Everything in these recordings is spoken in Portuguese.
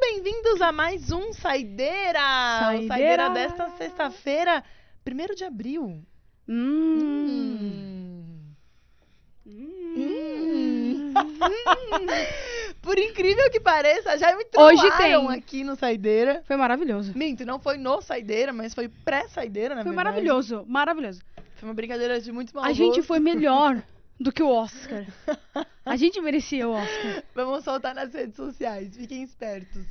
bem-vindos a mais um Saideira! Saideira! Saideira desta sexta-feira, 1 de abril. Hum. Hum. Hum. Por incrível que pareça, já me Hoje trollaram tem. aqui no Saideira. Foi maravilhoso. Minto, não foi no Saideira, mas foi pré-Saideira, na Foi verdade. maravilhoso, maravilhoso. Foi uma brincadeira de muito mau A gente gosto. foi melhor do que o Oscar. A gente merecia o Oscar. Vamos soltar nas redes sociais, fiquem espertos.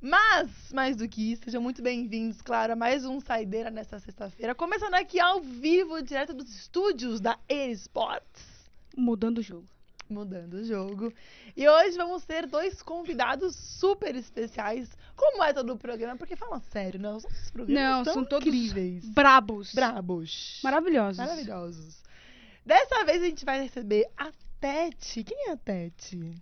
Mas, mais do que isso, sejam muito bem-vindos, claro, a mais um Saideira nesta sexta-feira. Começando aqui ao vivo, direto dos estúdios da Esports. Mudando o jogo. Mudando o jogo. E hoje vamos ter dois convidados super especiais, como é todo o programa, porque fala sério, né? Os nossos programas Não, são são todos incríveis. Brabos. Brabos. Maravilhosos. Maravilhosos. Dessa vez a gente vai receber a Tete. Quem é a Tete?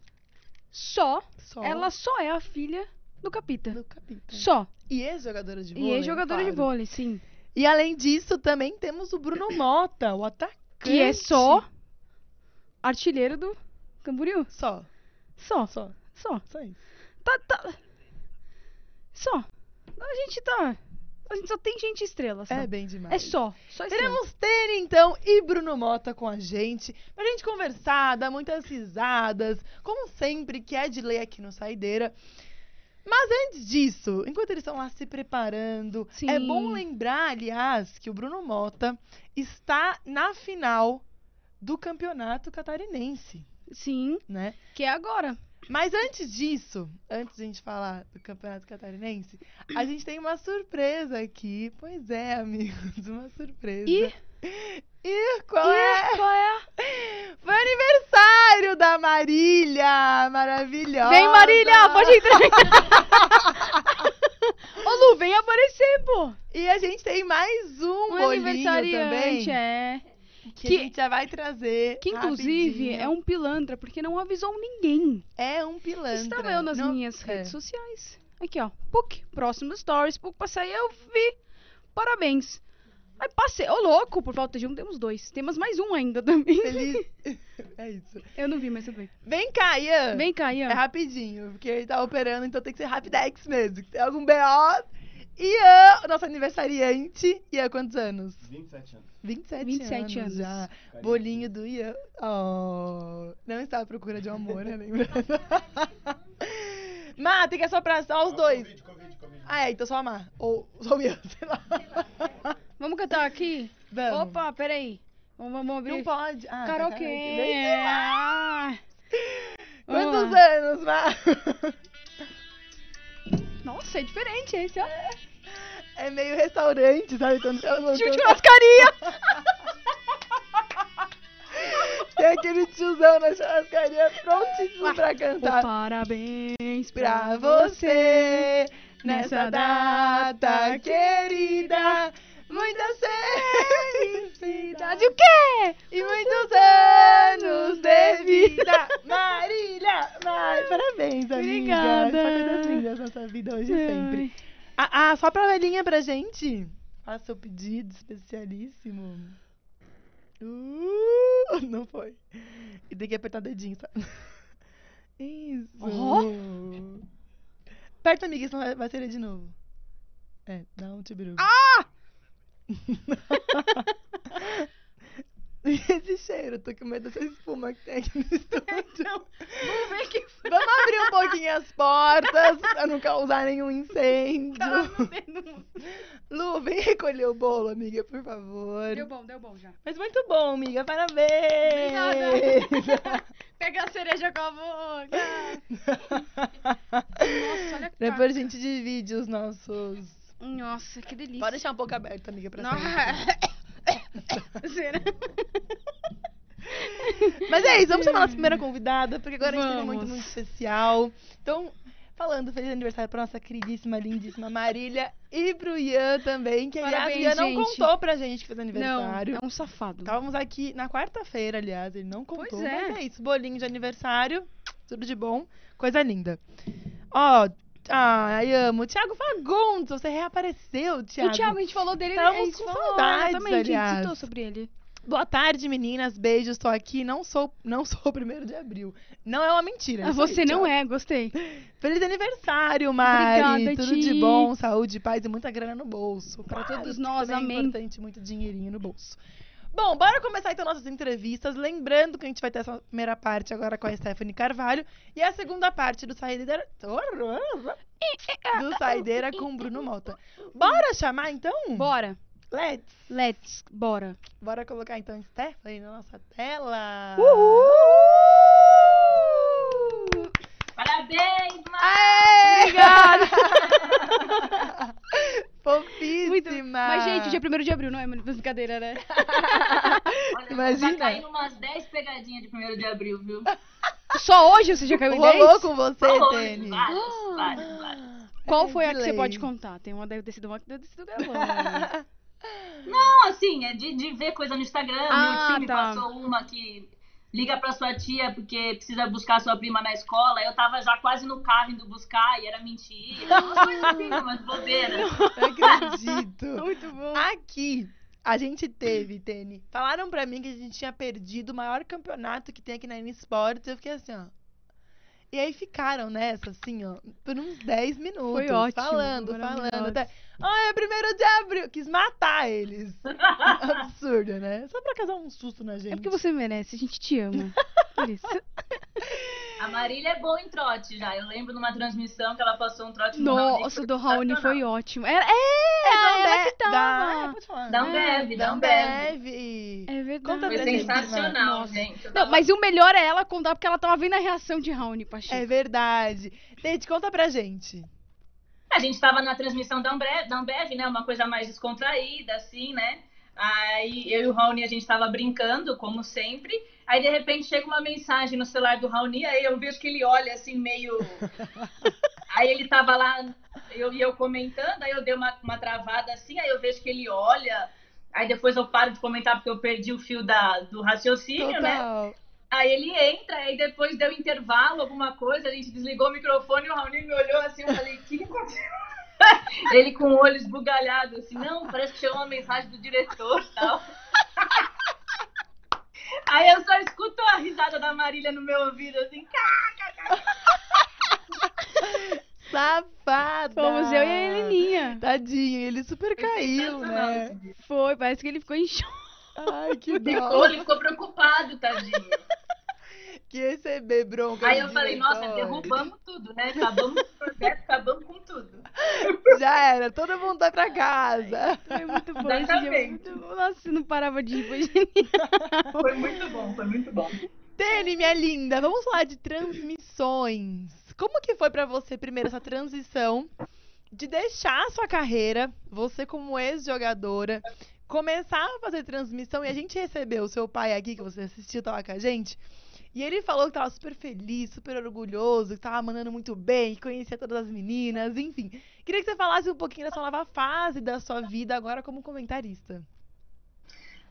Só, Só ela só é a filha do Capita. do capítulo. Só. E ex-jogadora de vôlei. E é jogadora de claro. vôlei, sim. E além disso, também temos o Bruno Mota, o atacante. Que é só artilheiro do Camboriú. Só, Só, só, só. só isso. Tá, tá. Só. A gente tá. A gente só tem gente estrela, só. É bem demais. É só. Só estrela. Teremos Tere, então, e Bruno Mota com a gente, pra gente conversar, dar muitas risadas, como sempre, que é de lei aqui no Saideira. Mas antes disso, enquanto eles estão lá se preparando, Sim. é bom lembrar, aliás, que o Bruno Mota está na final do campeonato catarinense, um- Sim, né? que é agora. Mas antes disso, antes de a gente falar do Campeonato Catarinense, a gente tem uma surpresa aqui. Pois é, amigos, uma surpresa. E, E qual é? qual é? Foi aniversário da Marília! Maravilhosa! Vem, é? Marília, pode entrar. Ô, Lu, vem aparecer, pô. E a gente tem mais um, Um bolinho aniversariante, também, é. que, que- a gente já vai trazer Que, inclusive, é rapidinho. um pilantra, porque não avisou ninguém. É um pilantra. Estava eu nas Não- minhas é. redes sociais. Aqui, ó. PUC, próximo do Stories. PUC, passei, eu vi. Parabéns. Aí passei. Ô, louco, por falta de um, temos dois. Temos mais um ainda também. Feliz... é isso. Eu não vi, mas tudo bem. Vem cá, Ian! Vem cá, Ian. É rapidinho, porque ele tá operando, então tem que ser rapidex mesmo. Se Tem algum BO. Ian, o nosso aniversariante. Ian, quantos anos? 27 anos. 27, 27 anos, anos. já. Bolinho do Ian. Oh, não está à procura de um amor, né? Lembra? Má, tem que assoprar só os dois. Covid, Covid, Covid. Ah, é, então só a Má. Ou só o Ian, sei lá. Vamos cantar aqui? Vamos. Opa, peraí. Vamos, vamos abrir. Não pode. Ah, tá Karaokê. Vem. Ah. Vamos Quantos lá. anos, Má? Nossa, é diferente esse, ó. É meio restaurante, sabe? Então, Quando elas vão Tio de cantar. churrascaria. Tem aquele tiozão na churrascaria prontíssimo pra O cantar. Parabéns Pra você, nessa nessa data data querida, muita felicidade O quê? e muitos anos de vida. Marília! Mar... Parabéns, amiga. Obrigada. Só coisas lindas na sua vida hoje e sempre. Ai. Ah, ah, só pra velhinha pra gente. Faça o pedido especialíssimo. Uh, não foi. E tem que apertar o dedinho, sabe? Isso. Ó. Aperta, amiga, senão vai- vai ser de novo. É, dá um tibiru. Ah! Esse cheiro, tô com medo dessa espuma que tem aqui no estúdio. Vamos ver que foi. Vamos abrir um pouquinho as portas pra não causar nenhum Tá incêndio. Lu, vem recolher o bolo, amiga, por favor. Deu bom, deu bom já. Mas muito bom, amiga, parabéns! Obrigada. Pega a cereja com a boca. Nossa, olha que Depois a gente divide os nossos. Nossa, que delícia. Pode deixar um pouco aberto, amiga, pra sempre. Nossa. Será? Mas é isso, vamos chamar a nossa primeira convidada, porque agora a gente tem um Vamos. momento muito especial. Então, falando feliz aniversário pra nossa queridíssima, lindíssima Marília e pro Ian também, que aliás, o Parabéns, Ian não gente. contou pra gente que fez Não, aniversário. é um safado. Estávamos aqui na quarta-feira, aliás, ele não contou, Pois é. mas é isso, bolinho de aniversário, tudo de bom, coisa linda. Ó, ai, amo, Thiago Fagundes, você reapareceu, Thiago. O Thiago, a gente falou dele, Estávamos a gente com falou, saudades, também, a gente aliás. citou sobre ele. Boa tarde, meninas. Beijo, estou aqui. Não sou, não sou o primeiro de abril. Não é uma mentira. Ah, você não é, gostei. Feliz aniversário, Mari. Obrigada, Tudo de Ti. bom, saúde, paz e muita grana no bolso. Para todos nós, amém. É importante muito dinheirinho no bolso. Bom, bora começar então nossas entrevistas. Lembrando que a gente vai ter essa primeira parte agora com a Stephanie Carvalho e a segunda parte do Saideira. Do Saideira com o Bruno Mota. Bora chamar então? Bora. Let's! Let's, bora. Bora colocar então Stephanie na nossa tela. Ah, Uhul! Parabéns, Mari! Aê! Obrigada. Fofíssima! Muito. Mas, gente, dia 1 de abril, não é brincadeira, né? Olha, imagina. Tá caindo umas 10 pegadinhas de 1 de abril, viu? Só hoje você já caiu em 10? Rolou com você, Falou, Tênis. várias, Ah. várias, várias. Qual foi a que você Delay. pode contar? Tem uma deve ter sido uma que deve ter sido galã. Não, assim, é de, de ver coisa no Instagram. Ah, Meu time tá. passou uma que liga pra sua tia porque precisa buscar sua prima na escola. Eu tava já quase no carro indo buscar e era mentira. Umas coisas assim, umas bobeiras. Não acredito. Muito bom. Aqui, a gente teve, Tênis. Falaram pra mim que a gente tinha perdido o maior campeonato que tem aqui na Esportes. Eu fiquei assim, ó. E aí ficaram nessa, assim, ó, por uns 10 minutos. Foi ótimo, Falando, falando. maravilhoso. Até. Ai, é primeiro de abril. Quis matar eles. Absurdo, né? Só pra causar um susto na gente. É porque você merece, a gente te ama. Por isso. A Marília é boa em trote já. Eu lembro numa transmissão que ela passou um trote no Raoni, Nossa, o foi do Raoni foi sensacional. ótimo. Era, é, era ela que Dá- tava. é, pode falar. Dá um bebe, dá um bebe. bebe. É Conta Foi pra verdade. gente. sensacional, Nossa. gente. Eu Não, tava- mas o melhor é ela contar porque ela tava vendo a reação de Raoni, Pacheco. É verdade. Tente, conta pra gente. A gente estava na transmissão da Ambev, da Ambev, né? Uma coisa mais descontraída, assim, né? Aí eu e o Raoni, a gente estava brincando, como sempre. Aí, de repente, chega uma mensagem no celular do Raoni, aí eu vejo que ele olha, assim, meio... aí ele tava lá, eu e eu comentando, aí eu dei uma, uma travada, assim, aí eu vejo que ele olha... Aí depois eu paro de comentar porque eu perdi o fio da, do raciocínio, né? Total. Aí ele entra, aí depois deu intervalo, alguma coisa, a gente desligou o microfone e o Raoni me olhou assim, eu falei, que que aconteceu? Ele com o olho esbugalhado, assim, não, parece que chegou uma mensagem do diretor tal. Aí eu só escuto a risada da Marília no meu ouvido, assim, cara. Safada. Fomos eu e a Heleninha. Tadinho, ele super caiu, né? É, Foi, parece que ele ficou em choque. Ai, que Ficou, dó. assim. ele ficou preocupado, tadinho. Que receber bronca. Aí do eu falei, nossa, diretor. derrubamos tudo, né? Acabamos com o projeto, acabamos com tudo. Já era, todo mundo vai pra casa. Foi muito bom esse dia. foi Exatamente. Muito bom. Nossa, não parava de ir. foi genial. Foi muito bom, foi muito bom. Tene, minha linda, vamos falar de transmissões. Como que foi pra você, primeiro, essa transição de deixar a sua carreira, você como ex-jogadora, começar a fazer transmissão e a gente recebeu o seu pai aqui, que você assistiu, tava com a gente, e ele falou que tava super feliz, super orgulhoso, que tava mandando muito bem, que conhecia todas as meninas, enfim. Queria que você falasse um pouquinho dessa nova fase da sua vida agora como comentarista.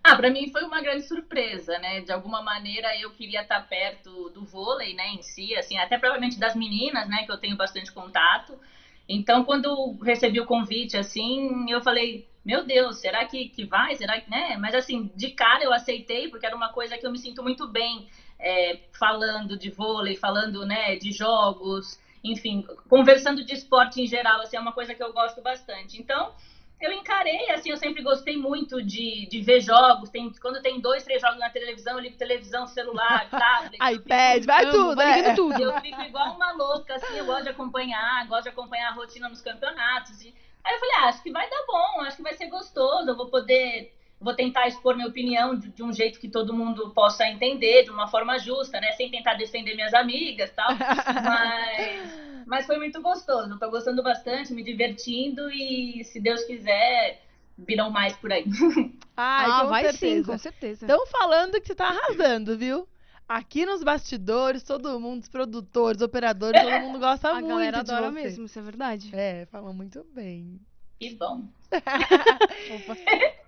Ah, para mim foi uma grande surpresa, né? De alguma maneira eu queria estar perto do vôlei, né, em si, assim, até provavelmente das meninas, né, que eu tenho bastante contato. Então, quando eu recebi o convite, assim, eu falei, meu Deus, será que, que vai? Será que, né? Mas, assim, de cara eu aceitei, porque era uma coisa que eu me sinto muito bem é, falando de vôlei, falando, né, de jogos, enfim, conversando de esporte em geral, assim, é uma coisa que eu gosto bastante. Então, eu encarei, assim, eu sempre gostei muito de, de ver jogos. Tem, quando tem dois, três jogos na televisão, eu ligo televisão, celular, tablet. eu fico- iPad, vai Amo, tudo, vai ligando né? tudo. Eu fico igual uma louca, assim, eu gosto de acompanhar, gosto de acompanhar a rotina nos campeonatos. e- Aí eu falei, ah, acho que vai dar bom, acho que vai ser gostoso, eu vou poder, vou tentar expor minha opinião de, de um jeito que todo mundo possa entender, de uma forma justa, né? Sem tentar defender minhas amigas tal. Mas, mas foi muito gostoso, eu tô gostando bastante, me divertindo e, se Deus quiser, virão mais por aí. Ai, Ah, com vai sim, certeza. com certeza. Estão falando que você tá arrasando, viu? Aqui nos bastidores, todo mundo, os produtores, operadores, todo mundo gosta a muito galera de adora você. mesmo, isso é verdade. É, fala muito bem. Que bom.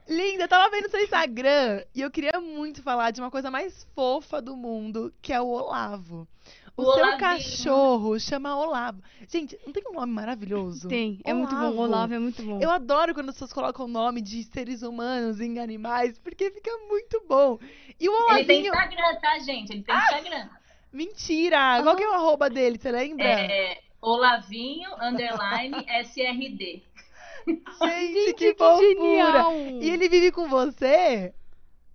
Linda, eu tava vendo seu Instagram e eu queria muito falar de uma coisa mais fofa do mundo, que é o Olavo. O O seu Olavinho. cachorro chama Olavo. Gente, não tem um nome maravilhoso? Tem, é muito bom. Olavo. Olavo é muito bom. Eu adoro quando as pessoas colocam o nome de seres humanos em animais, porque fica muito bom. E o Ele tem Olavinho. Instagram, tá, gente? Ele tem Instagram. Mentira! Qual que Ah. é o arroba dele? Você lembra? É Olavinho, underline, SRD. Gente, Gente, que, fofura! genial! E ele vive com você?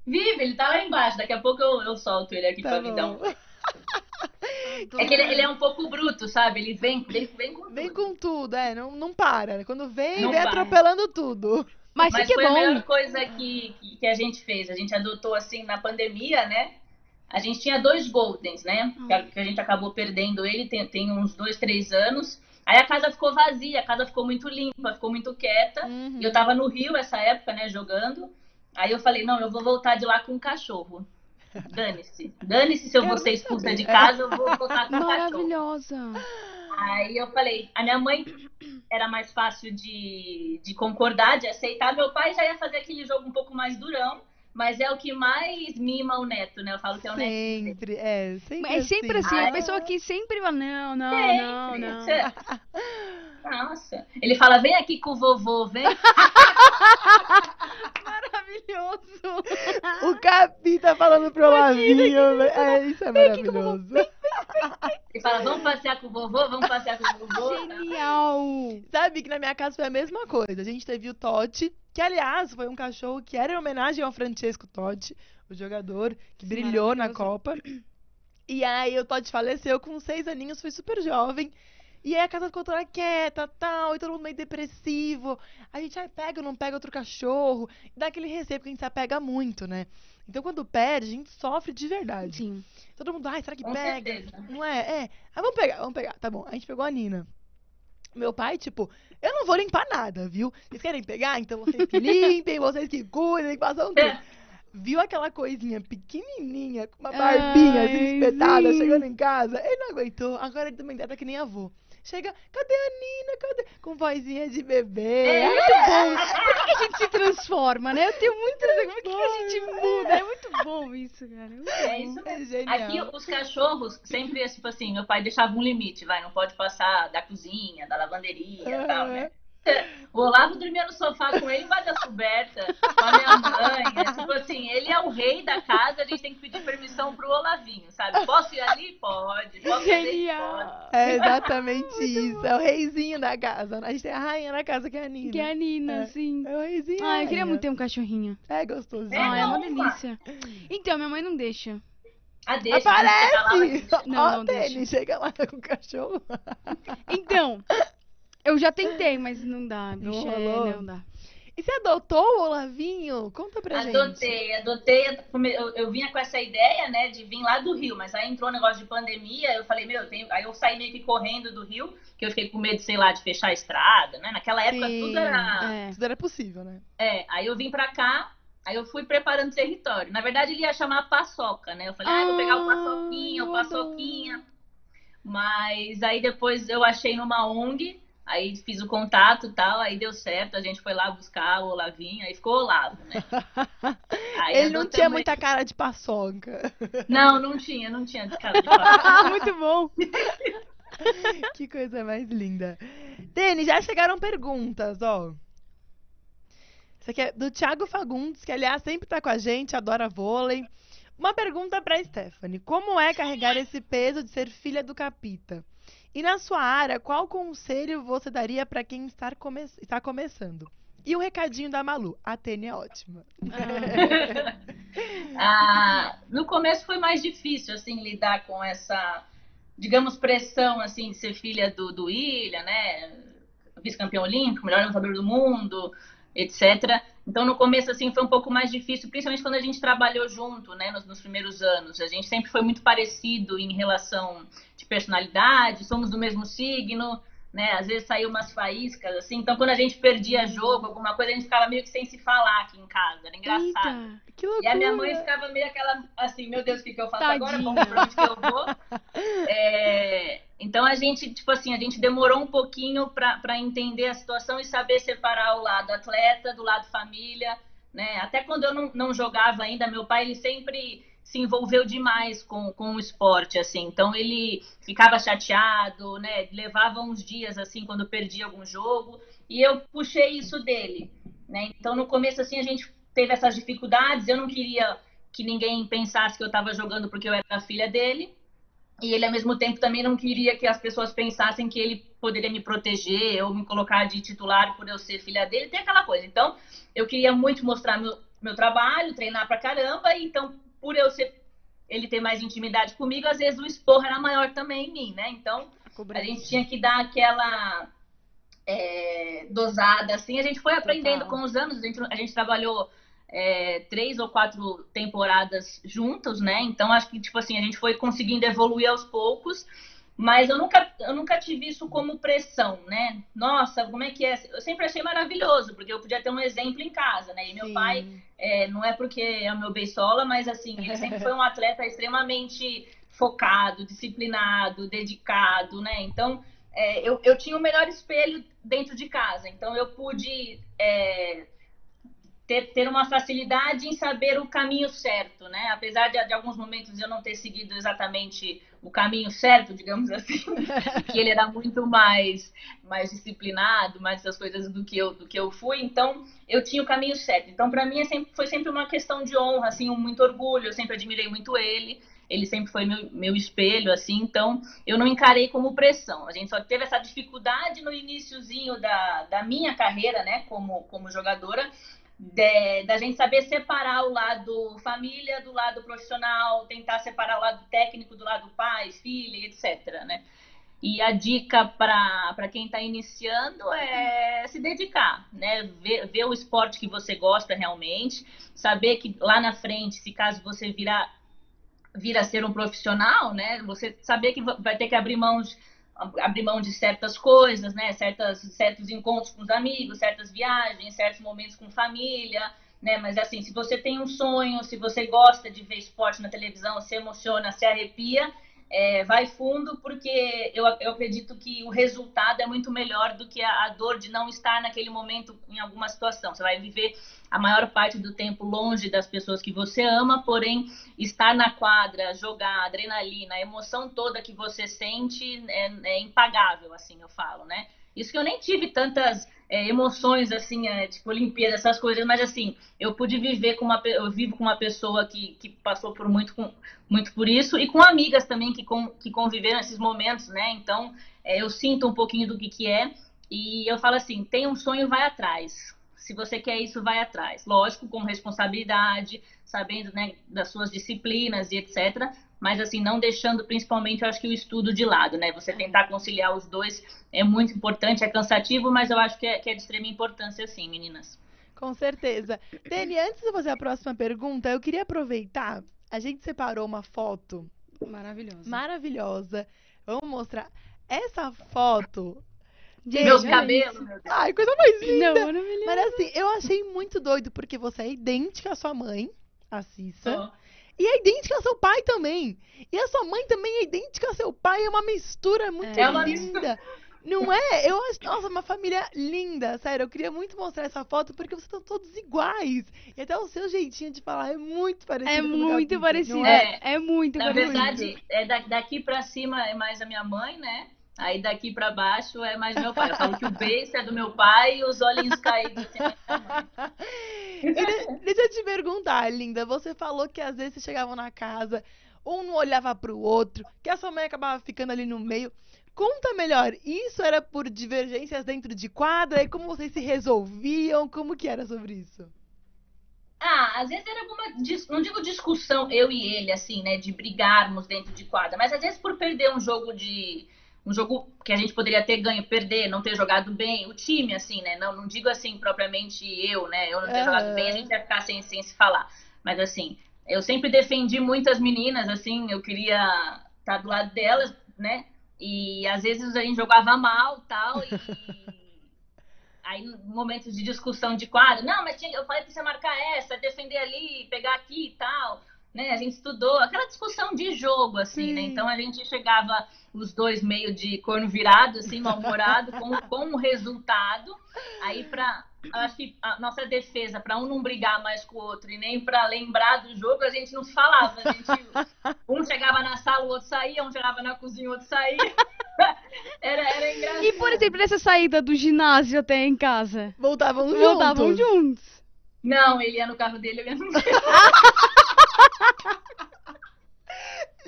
Vive, ele tá lá embaixo. Daqui a pouco eu, eu solto ele aqui Tá pra me dar um. bom. É que ele, ele é um pouco bruto, sabe? Ele vem, ele vem com Vem tudo. com tudo, é. Não, não para. Quando vem, Não vem para. atropelando tudo. Mas, Mas isso que foi é a bom. melhor coisa que, que, que a gente fez. A gente adotou assim na pandemia, né? A gente tinha dois Goldens, né? Hum. Que a, que a gente acabou perdendo ele, tem, tem uns dois, três anos. Aí a casa ficou vazia, a casa ficou muito limpa, ficou muito quieta. Uhum. E eu tava no Rio essa época, né, jogando. Aí eu falei, não, eu vou voltar de lá com um cachorro. Dane-se. Dane-se se eu vou Quero ser expulsa saber. de casa, eu vou voltar com um cachorro. Maravilhosa. Aí eu falei, a minha mãe era mais fácil de, de concordar, de aceitar. Meu pai já ia fazer aquele jogo um pouco mais durão, mas é o que mais mima o neto, né? Eu falo que é o neto. Sempre, é. Sempre É sempre assim, Ah, a pessoa que sempre fala, não, não, não, não. é Nossa. Ele fala, vem aqui com o vovô, vem. Maravilhoso. O Capi tá falando pro Olavinho. velho. É, isso é aqui como maravilhoso. Ele fala, vamos passear com o vovô, vamos passear com o vovô. Genial. Sabe que na minha casa foi a mesma coisa. A gente teve o Totti, que aliás foi um cachorro que era em homenagem ao Francesco Totti, o jogador que brilhou na maravilhoso. Copa. E aí o Totti faleceu com seis aninhos, foi super jovem. E aí a casa ficou toda quieta, tal, e todo mundo meio depressivo. A gente, ai, pega ou não pega outro cachorro. E dá aquele receio, porque a gente se apega muito, né? Então quando perde, a gente sofre de verdade. Sim. Todo mundo, ai, será que Com pega? certeza. Não é? É. Ah, vamos pegar, vamos pegar. Tá bom, a gente pegou a Nina. Meu pai, tipo, eu não vou limpar nada, viu? Vocês querem pegar? Então vocês que limpem, vocês que cuidem, que façam É. tudo. Viu aquela coisinha pequenininha, com uma barbinha assim, Ai, espetada, sim. chegando em casa? Ele não aguentou. Agora ele também tá que nem avô. Chega, cadê a Nina? Cadê? Com vozinha de bebê. É. é Por que a gente se transforma, né? Eu tenho muitas. Por que a gente muda? É muito bom isso, cara. Muito É bom. isso mesmo. É genial. Aqui os cachorros sempre, tipo assim, meu pai deixava um limite, vai, não pode passar da cozinha, da lavanderia e tal, né? O Olavo dormia no sofá com ele embaixo da coberta, com a minha mãe. É, tipo assim, ele é o rei da casa, a gente tem que pedir permissão pro Olavinho, sabe? Posso ir ali? Pode. Posso fazer isso? Pode. Genial. É exatamente isso. É o reizinho da casa. A gente tem a rainha da casa, que é a Nina. Que né? é a Nina, É. sim. É o reizinho. Ah, eu queria rainha. muito ter um cachorrinho. É gostosinho. É, Ah, é uma não, delícia. Então, minha mãe não deixa. Ah, deixa. Aparece! deixa pra lá, deixa. Ó, Não, não Dani, deixa. chega lá com o cachorro. Então, eu já tentei, mas não dá, bicho. é, rolou? não dá. E você adotou o Olavinho? Conta pra gente. Adotei, adotei. eu come- Eu, eu vinha com essa ideia, né, de vir lá do Rio, mas aí entrou um negócio de pandemia. Eu falei, meu, eu tenho... aí eu saí meio que correndo do Rio, que eu fiquei com medo, sei lá, de fechar a estrada, né? Naquela época Sim, tudo era. É. Isso era possível, né? É, aí eu vim pra cá, aí eu fui preparando território. Na verdade, ele ia chamar paçoca, né? Eu falei, ah, vou pegar o Ah, paçoquinha, eu o paçoquinha. Mas aí depois eu achei numa ONG, aí fiz o contato e tal, aí deu certo, a gente foi lá buscar o Olavinho, aí ficou Olavo, né? Aí Ele não adotamos tinha muita cara de paçoca. ele. Não, não tinha, não tinha cara de paçoca. Ah, muito bom. que coisa mais linda. Dani, já chegaram perguntas, ó. Isso aqui é do Thiago Fagundes, que aliás sempre tá com a gente, adora vôlei. Uma pergunta pra Stephanie: Como é carregar esse peso de ser filha do Capita? E na sua área, qual conselho você daria pra quem está, come- está começando? E um recadinho da Malu: a Tênia é ótima. Ah, Ah, no começo foi mais difícil, assim, lidar com essa, digamos, pressão, assim, de ser filha do, do Ilha, né? Vice-campeão olímpico, melhor lutador do mundo, etc. Então, no começo, assim, foi um pouco mais difícil, principalmente quando a gente trabalhou junto, né, nos, nos primeiros anos. A gente sempre foi muito parecido em relação de personalidade, somos do mesmo signo, né? Às vezes saiu umas faíscas, assim. Então, quando a gente perdia jogo, alguma coisa, a gente ficava meio que sem se falar aqui em casa. Era engraçado. Eita. Que loucura! E a minha mãe ficava meio aquela assim, meu Deus, o que, que eu faço agora? Tadinha. Bom, pra onde que eu vou? É, então a gente, tipo assim, a gente demorou um pouquinho para entender a situação e saber separar o lado atleta do lado família, né? Até quando eu não, não jogava ainda, meu pai ele sempre se envolveu demais com, com o esporte, assim. Então ele ficava chateado, né? Levava uns dias assim quando perdia algum jogo e eu puxei isso dele, né? Então no começo assim a gente teve essas dificuldades. Eu não queria que ninguém pensasse que eu estava jogando porque eu era filha dele. E ele, ao mesmo tempo, também não queria que as pessoas pensassem que ele poderia me proteger ou me colocar de titular por eu ser filha dele. Tem aquela coisa. Então, eu queria muito mostrar meu, meu trabalho, treinar pra caramba. E então, por eu ser ele ter mais intimidade comigo, às vezes o esporro era maior também em mim, né? Então, a gente tinha que dar aquela é, dosada, assim. A gente foi aprendendo com os anos. A gente, a gente trabalhou é, três ou quatro temporadas juntos, né? Então acho que tipo assim a gente foi conseguindo evoluir aos poucos, mas eu nunca eu nunca tive isso como pressão, né? Nossa, como é que é? Eu sempre achei maravilhoso porque eu podia ter um exemplo em casa, né? E meu Sim. pai é, não é porque é o meu beisola, mas assim ele sempre foi um atleta extremamente focado, disciplinado, dedicado, né? Então é, eu, eu tinha o melhor espelho dentro de casa, então eu pude é, ter, ter uma facilidade em saber o caminho certo, né? Apesar de, de alguns momentos eu não ter seguido exatamente o caminho certo, digamos assim, que ele era muito mais, mais disciplinado, mais essas coisas do que eu, do que eu fui, então eu tinha o caminho certo. Então para mim é sempre, foi sempre uma questão de honra, assim, um muito orgulho, eu sempre admirei muito ele. Ele sempre foi meu, meu espelho, assim, então eu não encarei como pressão. A gente só teve essa dificuldade no iníciozinho da, da minha carreira, né, como, como jogadora, de- da gente saber separar o lado família do lado profissional, tentar separar o lado técnico do lado pai, filha, e etc. Né? E a dica para quem está iniciando é se dedicar, né? ver, ver o esporte que você gosta realmente, saber que lá na frente, se caso você virar vir a ser um profissional, né? Você saber que va- vai ter que abrir mão de, abrir mão de certas coisas, né? Certas, certos encontros com os amigos, certas viagens, certos momentos com família, né? Mas assim, se você tem um sonho, se você gosta de ver esporte na televisão, se emociona, se arrepia, é, vai fundo, porque eu, eu acredito que o resultado é muito melhor do que a, a dor de não estar naquele momento em alguma situação. Você vai viver a maior parte do tempo longe das pessoas que você ama, porém estar na quadra, jogar, adrenalina, a emoção toda que você sente é, é impagável, assim eu falo, né? Isso que eu nem tive tantas é, emoções assim, é, tipo Olimpíada, essas coisas, mas assim eu pude viver com uma, pe- eu vivo com uma pessoa que, que passou por muito, com, muito por isso e com amigas também que, con- que conviveram esses momentos, né? Então é, eu sinto um pouquinho do que que é e eu falo assim, tem um sonho, vai atrás. Se você quer isso, vai atrás. Lógico, com responsabilidade, sabendo né, das suas disciplinas e etc. Mas assim, não deixando principalmente, eu acho que o estudo de lado, né? Você tentar conciliar os dois é muito importante, é cansativo, mas eu acho que é, que é de extrema importância, sim, meninas. Com certeza. Dani, antes de fazer a próxima pergunta, eu queria aproveitar. A gente separou uma foto Maravilhoso. maravilhosa. Vamos mostrar. Essa foto. Gente, Meus olha cabelos, é isso. meu Deus. Ai, coisa mais Não, linda. maravilhoso. Mas assim, eu achei muito doido porque você é idêntica à sua mãe, a Cissa. Sou. E é idêntica ao seu pai também. E a sua mãe também é idêntica ao seu pai. É uma mistura muito É uma linda. Não é? Eu acho, nossa, uma família linda. Sério, eu queria muito mostrar essa foto porque vocês estão todos iguais. E até o seu jeitinho de falar é muito parecido. É com o do muito Gabi, parecido. não é? É, é muito Na parecido. verdade, é da- daqui pra cima é mais a minha mãe, né? Aí daqui pra baixo é mais meu pai. Eu falo que o beijo é do meu pai e os olhinhos caídos. E de- deixa eu te perguntar, linda. Você falou que às vezes vocês chegavam na casa, um não olhava pro outro, que a sua mãe acabava ficando ali no meio. Conta melhor, isso era por divergências dentro de quadra? E como vocês se resolviam? Como que era sobre isso? Ah, às vezes era alguma, dis- não digo discussão, eu e ele, assim, né, de brigarmos dentro de quadra, mas às vezes por perder um jogo de, um jogo que a gente poderia ter ganho, perder, não ter jogado bem, o time, assim, né, não, não digo assim propriamente eu, né, eu não ter Aham. jogado bem, a gente ia ficar sem, sem se falar, mas assim, eu sempre defendi muitas meninas, assim, eu queria estar do lado delas, né, e às vezes a gente jogava mal, tal, e... Aí, momentos de discussão de quadro, não, mas tinha- eu falei pra você marcar essa, defender ali, pegar aqui e tal, né? A gente estudou, aquela discussão de jogo, assim, né? Sim. Então a gente chegava os dois meio de corno virado, assim, mal-humorado, com, com o resultado. um Aí, pra, acho que a nossa defesa, para um não brigar mais com o outro e nem para lembrar do jogo, a gente não se falava. A gente, um chegava na sala, o outro saía, um chegava na cozinha, o outro saía. Era, era engraçado. E, por exemplo, nessa saída do ginásio até em casa? Voltavam juntos. Voltavam juntos. Não, ele ia no carro dele, eu ia no meu.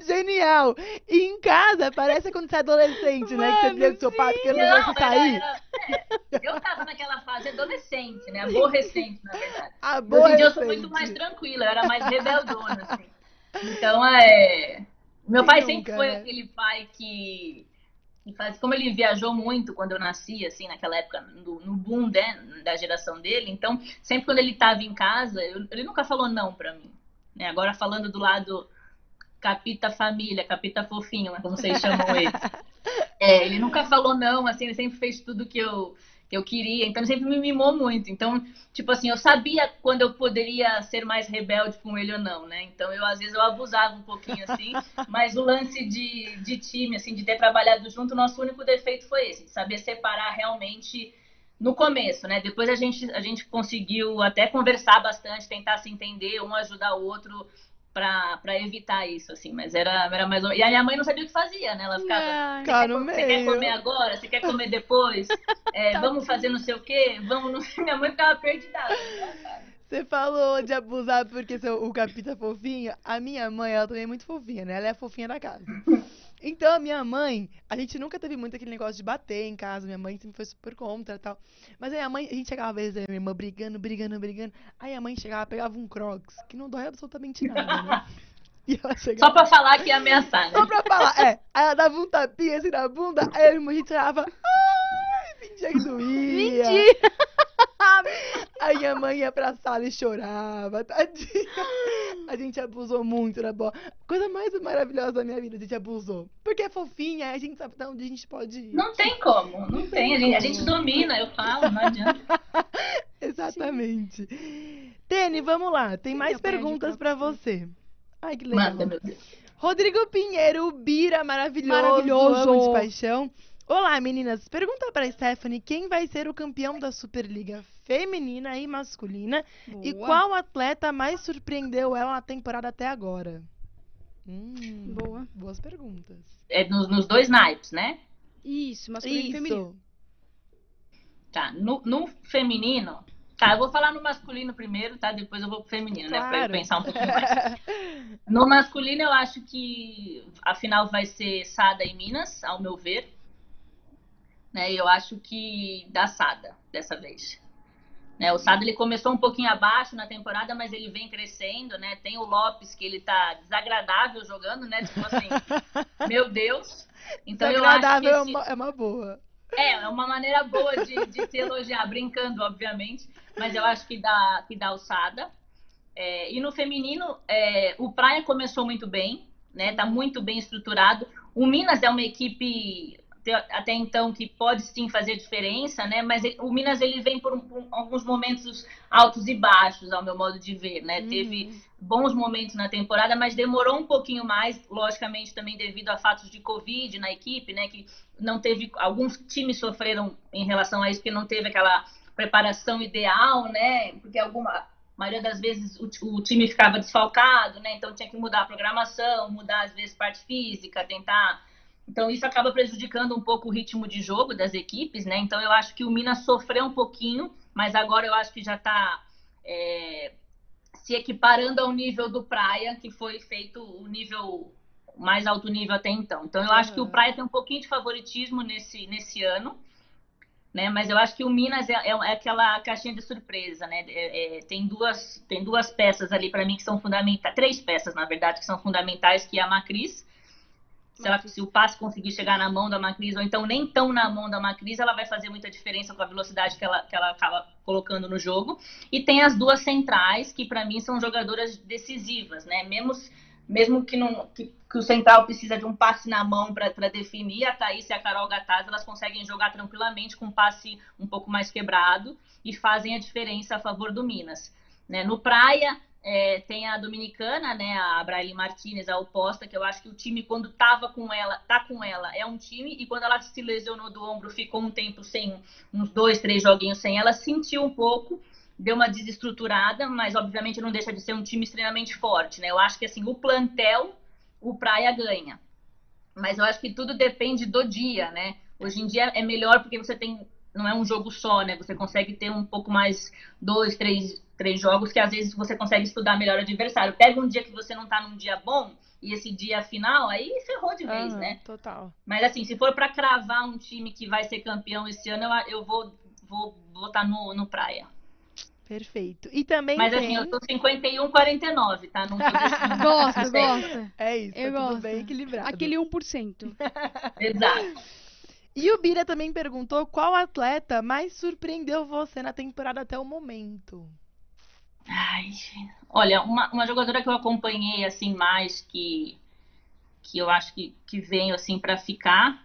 Genial. E em casa, parece quando você é adolescente, né? Que você Mano, briga com seu pai porque ele não Não, deixa era- sair. era- é, eu tava naquela fase adolescente, né? Aborrecente, na verdade. A boa Hoje em dia eu sou gente. muito mais tranquila, eu era mais rebeldona, assim. Então, é... Meu pai Quem sempre nunca, foi né? aquele pai que... que faz- Como ele viajou muito quando eu nasci, assim, naquela época, no, no boom né, da geração dele, então, sempre quando ele estava em casa, eu- ele nunca falou não pra mim. né? Agora, falando do lado capita família, capita fofinho, né, como vocês chamam ele. É, ele nunca falou não, assim, ele sempre fez tudo que eu, que eu queria, então ele sempre me mimou muito. Então, tipo assim, eu sabia quando eu poderia ser mais rebelde com ele ou não, né? Então, eu às vezes eu abusava um pouquinho, assim, mas o lance de, de time, assim, de ter trabalhado junto, nosso único defeito foi esse, de saber separar realmente no começo, né? Depois a gente, a gente conseguiu até conversar bastante, tentar se entender, um ajudar o outro pra pra evitar isso, assim, mas era, era mais. ou- E a minha mãe não sabia o que fazia, né? Ela ficava. Ai, Ficar Tá no Você quer comer meio. agora? Você quer comer depois? É, Tá vamos fazer não sei o quê? Vamos. no- Minha mãe ficava perdida. Você falou de abusar porque seu, o capita é fofinho. A minha mãe, ela também é muito fofinha, né? Ela é a fofinha da casa. Então, a minha mãe, a gente nunca teve muito aquele negócio de bater em casa. Minha mãe sempre foi super contra e tal. Mas aí a mãe, a gente chegava às vezes, eu e minha irmã brigando, brigando, brigando. Aí a mãe chegava, pegava um crocs, que não dói absolutamente nada, né? E ela chegava. Só pra falar que ia ameaçar, né? Só pra falar, é. Aí ela dava um tapinha assim na bunda, aí a irmã a gente tirava. Ai, fingia que doía. Mentira. Aí minha mãe ia pra sala e chorava, tadinha. A gente abusou muito da bola. Coisa mais maravilhosa da minha vida, a gente abusou. Porque é fofinha, aí a gente sabe até onde a gente pode ir. Não tem como, não tem. A gente, a gente domina, eu falo, não adianta. Exatamente. Tene, vamos lá. Tem Quem mais deu pra perguntas indicar pra você. Ai, que legal. Manda, meu Deus. Rodrigo Pinheiro, o Bira, maravilhoso, Maravilhoso. amo de paixão. Olá, meninas. Pergunta pra Stephanie quem vai ser o campeão da Superliga feminina e masculina e Boa. qual atleta mais surpreendeu ela na temporada até agora? Hum, Boa. Boas perguntas. É nos, nos dois naipes, né? Isso, masculino e feminino. Isso. Tá. No, no feminino. Tá, eu vou falar no masculino primeiro, tá? Depois eu vou pro feminino, né? Pra eu Claro. pensar um pouquinho mais. No masculino, eu acho que a final vai ser Sada e Minas, ao meu ver. Né, eu acho que dá Sada dessa vez. Né, o Sada ele começou um pouquinho abaixo na temporada, mas ele vem crescendo, né? Tem o Lopes que ele tá desagradável jogando, né? Tipo assim, meu Deus. Então eu acho que Desagradável é esse- uma, é uma boa. é, é uma maneira boa de, de se elogiar, brincando, obviamente. Mas eu acho que dá, que dá alçada. É, e no feminino, é, o Praia começou muito bem, né? Tá muito bem estruturado. O Minas é uma equipe te- até então que pode sim fazer diferença, né? Mas ele- o Minas ele vem por, um- por alguns momentos altos e baixos, ao meu modo de ver, né? Teve bons momentos na temporada, mas demorou um pouquinho mais, logicamente também devido a fatos de Covid na equipe, né? Que não teve. Alguns times sofreram em relação a isso, que não teve aquela preparação ideal, né? Porque alguma. a maioria das vezes o, ti- o time ficava desfalcado, né? Então tinha que mudar a programação, mudar às vezes parte física, tentar. Então isso acaba prejudicando um pouco o ritmo de jogo das equipes, né? Então eu acho que o Minas sofreu um pouquinho, mas agora eu acho que já tá está É, se equiparando ao nível do Praia, que foi feito o nível o mais alto nível até então. Então eu acho que o Aham. Praia tem um pouquinho de favoritismo nesse, nesse ano, né? Mas eu acho que o Minas é, é- é aquela caixinha de surpresa, né? É- é- tem duas tem duas peças ali para mim que são fundamentais, três peças na verdade que são fundamentais, que é a Macris. Se, ela, se o passe conseguir chegar na mão da Macris, ou então nem tão na mão da Macris, ela vai fazer muita diferença com a velocidade que ela, que ela acaba colocando no jogo. E tem as duas centrais, que para mim são jogadoras decisivas, né? Mesmo mesmo que, não, que, que o central precisa de um passe na mão para definir, a Thaís e a Carol Gataz, elas conseguem jogar tranquilamente com um passe um pouco mais quebrado e fazem a diferença a favor do Minas. Né? No Praia, é, tem a dominicana, né, a Braille Martinez, a oposta, que eu acho que o time, quando tava com ela, tá com ela, é um time, e quando ela se lesionou do ombro, ficou um tempo sem, uns dois, três joguinhos sem ela, sentiu um pouco, deu uma desestruturada, mas obviamente não deixa de ser um time extremamente forte, né, eu acho que, assim, o plantel, o Praia ganha, mas eu acho que tudo depende do dia, né, hoje em dia é melhor porque você tem não é um jogo só, né? Você consegue ter um pouco mais dois, três, três jogos que às vezes você consegue estudar melhor o adversário. Pega um dia que você não tá num dia bom e esse dia final, aí ferrou de vez, Aham, né? Total. Mas assim, se for pra cravar um time que vai ser campeão esse ano, eu, a- eu vou vou votar no, no Praia. Perfeito. E também Mas tem... assim, eu tô 51-49, tá? Não tô decidindo. Gosta, gosta. É isso, tá Eu tudo gosto. bem equilibrado. Aquele 1%. Exato. E o Bira também perguntou qual atleta mais surpreendeu você na temporada até o momento. Ai, gente. olha, uma, uma jogadora que eu acompanhei assim mais que que eu acho que, que veio assim para ficar.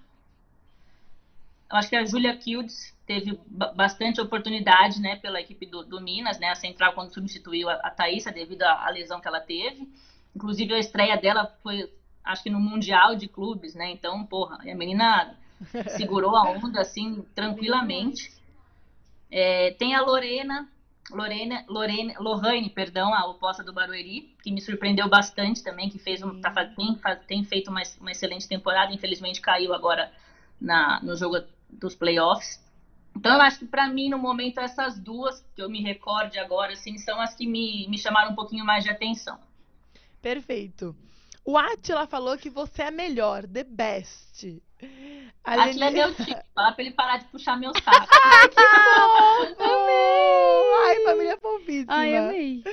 Eu acho que a Julia Kildes teve ba- bastante oportunidade, né, pela equipe do, do Minas, né, a Central quando substituiu a, a Thaísa devido à, à lesão que ela teve. Inclusive a estreia dela foi, acho que no Mundial de Clubes, né? Então, porra, a menina segurou a onda assim tranquilamente. É, tem a Lorena, Lorena, Lorena, Lorraine, perdão, a oposta do Barueri, que me surpreendeu bastante também, que fez um, tá fa- tem, fa- tem feito uma, uma excelente temporada, infelizmente caiu agora na, no jogo dos playoffs. Então eu acho que para mim, no momento, essas duas que eu me recorde agora, assim, são as que me, me chamaram um pouquinho mais de atenção. Perfeito. O Atila falou que você é a melhor, the best. A A Lene- Tia é meu tipo, falar pra ele parar de puxar meus sacos. Ai, família fofinha. Ai, Ah, amei.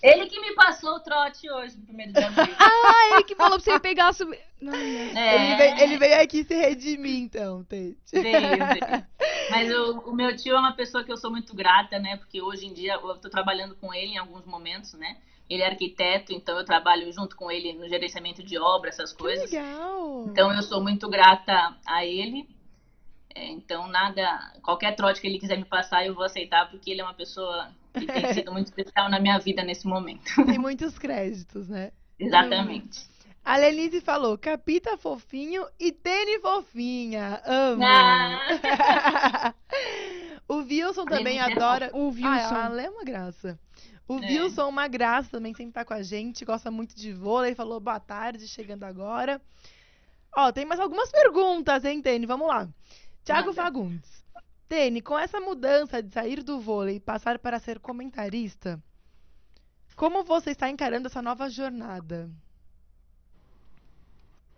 Ele que me passou o trote hoje no primeiro dia. Ai, Ah, que falou pra você pegar a sub... Não, não. Ah, É, Ele, veio, ele veio aqui se redimir, então, Tete. Veio, veio. Mas o, o meu tio é uma pessoa que eu sou muito grata, né? Porque hoje em dia eu estou trabalhando com ele em alguns momentos, né? Ele é arquiteto, então eu trabalho junto com ele no gerenciamento de obra, essas Que coisas. legal. Então eu sou muito grata a ele. É, então nada, qualquer trote que ele quiser me passar, eu vou aceitar, porque ele é uma pessoa que tem sido muito especial na minha vida nesse momento. Tem muitos créditos, né? Exatamente. A Lenise falou, capita fofinho e tênis fofinha. Amo. Ah, o Wilson também Lenise é adora... O Ah, a Wilson. Ale é uma graça. O É. Wilson, uma graça também, sempre tá com a gente, gosta muito de vôlei, falou boa tarde, chegando agora. Ó, tem mais algumas perguntas, hein, Tene? Vamos lá. Tiago Manda. Fagundes. Tene, com essa mudança de sair do vôlei e passar para ser comentarista, como você está encarando essa nova jornada?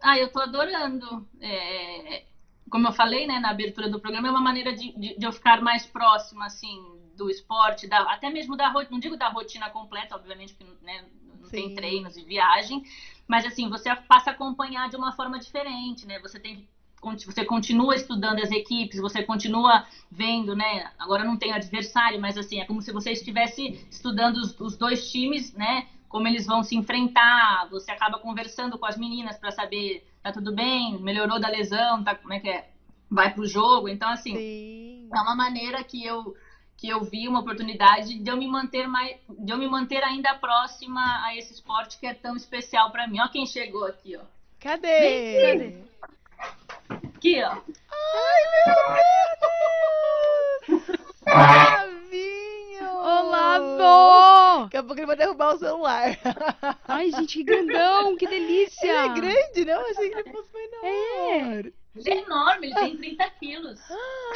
Ah, eu tô adorando. É, como eu falei, né, na abertura do programa, é uma maneira de, de- de eu ficar mais próxima, assim, do esporte, da- até mesmo da rotina, não digo da rotina completa, obviamente, porque né, não tem Sim. treinos e viagem, mas assim, você passa a acompanhar de uma forma diferente, né? Você tem que conti- você continua estudando as equipes, você continua vendo, né? Agora não tem adversário, mas assim, é como se você estivesse estudando os, os dois times, né? Como eles vão se enfrentar, você acaba conversando com as meninas para saber tá tudo bem, melhorou da lesão, tá como é que é? Vai pro jogo. Então assim, Sim. é uma maneira que eu que eu vi uma oportunidade de eu me manter mais de eu me manter ainda próxima a esse esporte que é tão especial para mim. Ó quem chegou aqui, ó. Cadê? Cadê? Aqui, ó. Flavinho! Olavo! Daqui a pouco ele vai derrubar o celular. Ai, gente, que grandão, que delícia. Ele é grande, não? Achei que ele fosse É. menor. Ele é enorme, ele tem 30 quilos.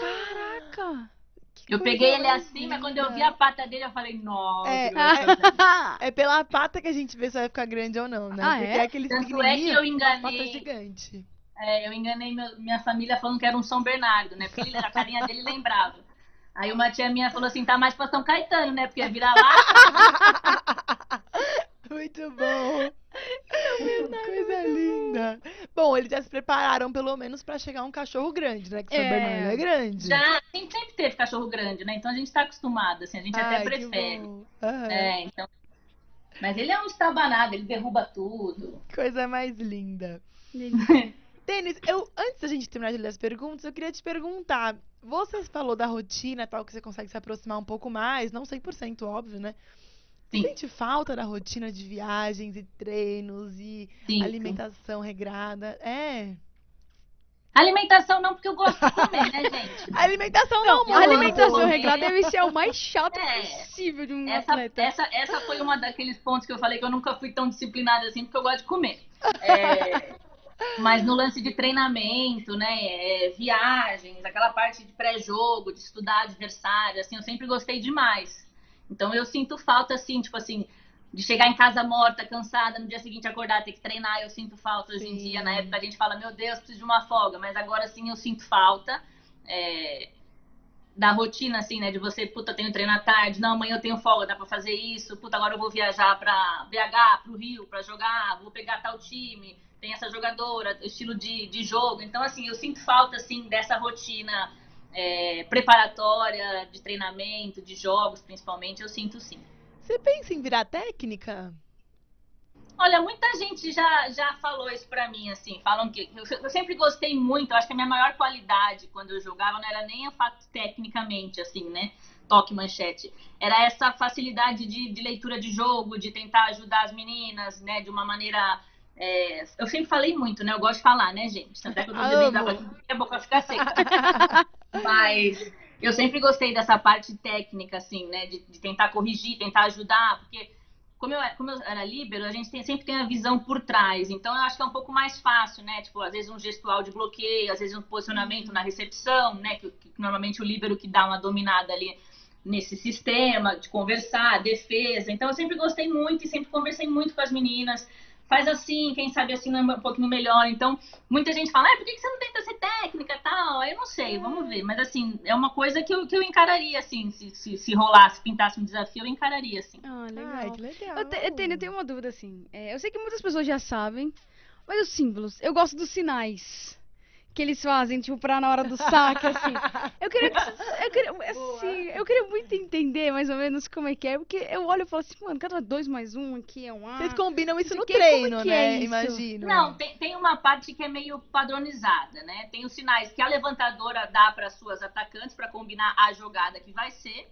Caraca. Eu coisa peguei ele mais assim, mas quando eu vi linda. a pata dele, eu falei, nossa. É. É pela pata que a gente vê se vai ficar grande ou não, né? Ah, Porque é? aquele Tanto é que eu pata enganei, gigante. é, eu enganei meu- minha família falando que era um São Bernardo, né? Porque ele- a carinha dele lembrava. Aí uma tia minha falou assim, tá mais pra São Caetano, né? Porque é vira-lata. Muito bom. Coisa linda. Bom, eles já se prepararam pelo menos pra chegar um cachorro grande, né? Que São É. Bernardo é grande. Já, a gente sempre teve cachorro grande, né? Então a gente tá acostumado, assim, a gente Ai, até que prefere. bom. Aham. É, então... Mas ele é um estabanado, ele derruba tudo. Coisa mais linda. Delícia. Tênis, eu, antes da gente terminar de ler as perguntas, eu queria te perguntar. Você falou da rotina, tal, que você consegue se aproximar um pouco mais, não 100%, óbvio, né? Sim. Sente falta da rotina de viagens e treinos e Sim. alimentação regrada? É. Alimentação não, porque eu gosto de comer, né, gente? Alimentação não, Não, amor. a alimentação amor. regrada é deve ser o mais chato É. possível de um Essa, atleta. essa, essa foi uma daqueles pontos que eu falei que eu nunca fui tão disciplinada assim, porque eu gosto de comer. É, mas no lance de treinamento, né, é, viagens, aquela parte de pré-jogo, de estudar adversário, assim, eu sempre gostei demais. Então eu sinto falta, assim, tipo assim, de chegar em casa morta, cansada, no dia seguinte acordar, ter que treinar, eu sinto falta hoje em Sim. dia. Na época a gente fala, meu Deus, preciso de uma folga, mas agora sim eu sinto falta. é, da rotina, assim, né? De você, puta, tenho treino à tarde, não, amanhã eu tenho folga, dá pra fazer isso, puta, agora eu vou viajar pra BH, pro Rio, pra jogar, vou pegar tal time, tem essa jogadora, estilo de, de jogo. Então, assim, eu sinto falta, assim, dessa rotina é, preparatória, de treinamento, de jogos, principalmente, eu sinto sim. Você pensa em virar técnica? Olha, muita gente já, já falou isso pra mim, assim, falam que eu, eu sempre gostei muito, eu acho que a minha maior qualidade quando eu jogava não era nem o fato tecnicamente, assim, né, toque manchete, era essa facilidade de, de leitura de jogo, de tentar ajudar as meninas, né, de uma maneira, é, eu sempre falei muito, né, eu gosto de falar, né, gente, tanto é que eu tô Amo. bebendo água, minha boca fica seca. Mas eu sempre gostei dessa parte técnica, assim, né? De, de tentar corrigir, tentar ajudar, porque como eu, era- como eu era líbero, a gente tem- sempre tem a visão por trás. Então eu acho que é um pouco mais fácil, né? Tipo, às vezes um gestual de bloqueio, às vezes um posicionamento na recepção, né? Que, que normalmente o líbero que dá uma dominada ali nesse sistema de conversar, defesa. Então eu sempre gostei muito e sempre conversei muito com as meninas. Faz assim, quem sabe assim é um pouquinho melhor. Então, muita gente fala, ah, por que que você não tenta ser técnica e tal? Eu não sei, vamos ver. Mas assim, é uma coisa que eu, que eu encararia, assim, se, se, se rolasse, pintasse um desafio, eu encararia, assim. Ah, legal. Ai, que legal. Eu, te, eu tenho, eu tenho uma dúvida, assim. É, eu sei que muitas pessoas já sabem, mas os símbolos, eu gosto dos sinais que eles fazem, tipo, pra na hora do saque, assim. Eu queria, que- eu queria, assim, eu queria muito entender mais ou menos como é que é, porque eu olho e falo assim, mano, cada dois mais um aqui é um A. Vocês combinam isso Isso no aqui, como é treino, que né? é isso? Imagino. Não, tem, tem uma parte que é meio padronizada, né? Tem os sinais que a levantadora dá para suas atacantes para combinar a jogada que vai ser.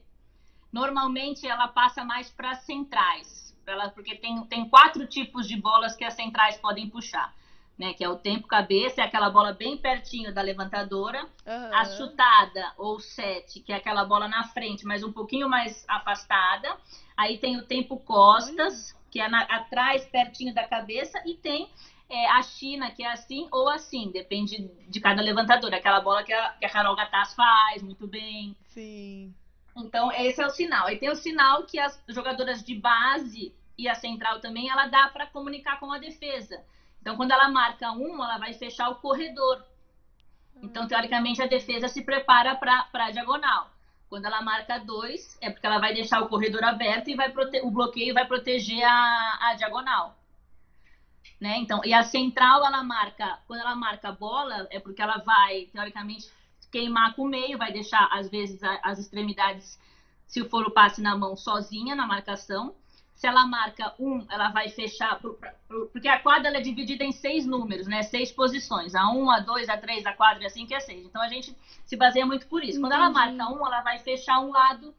Normalmente ela passa mais para as centrais, pra ela, porque tem, tem quatro tipos de bolas que as centrais podem puxar, né? Que é o tempo cabeça, é aquela bola bem pertinho da levantadora, Aham. a chutada ou sete, que é aquela bola na frente, mas um pouquinho mais afastada. Aí tem o tempo costas, que é na- atrás, pertinho da cabeça, e tem é, a China, que é assim ou assim, depende de cada levantador. Aquela bola que a, que a Carol Gataz faz muito bem. Sim. Então, esse é o sinal. Aí tem o sinal que as jogadoras de base e a central também, ela dá para comunicar com a defesa. Então, quando ela marca um, ela vai fechar o corredor. Então, teoricamente, a defesa se prepara para a diagonal. Quando ela marca dois, é porque ela vai deixar o corredor aberto e vai prote- o bloqueio vai proteger a, a diagonal. Né? Então, e a central, ela marca, quando ela marca a bola, é porque ela vai, teoricamente, queimar com o meio, vai deixar, às vezes, a- as extremidades, se for o passe na mão, sozinha na marcação. Se ela marca um, ela vai fechar, pro- pra- pro- porque a quadra ela é dividida em seis números, né? Seis posições, a um, a dois, a três, a quatro, e assim que é seis. Então a gente se baseia muito por isso. Quando ela Entendi. marca um, ela vai fechar um lado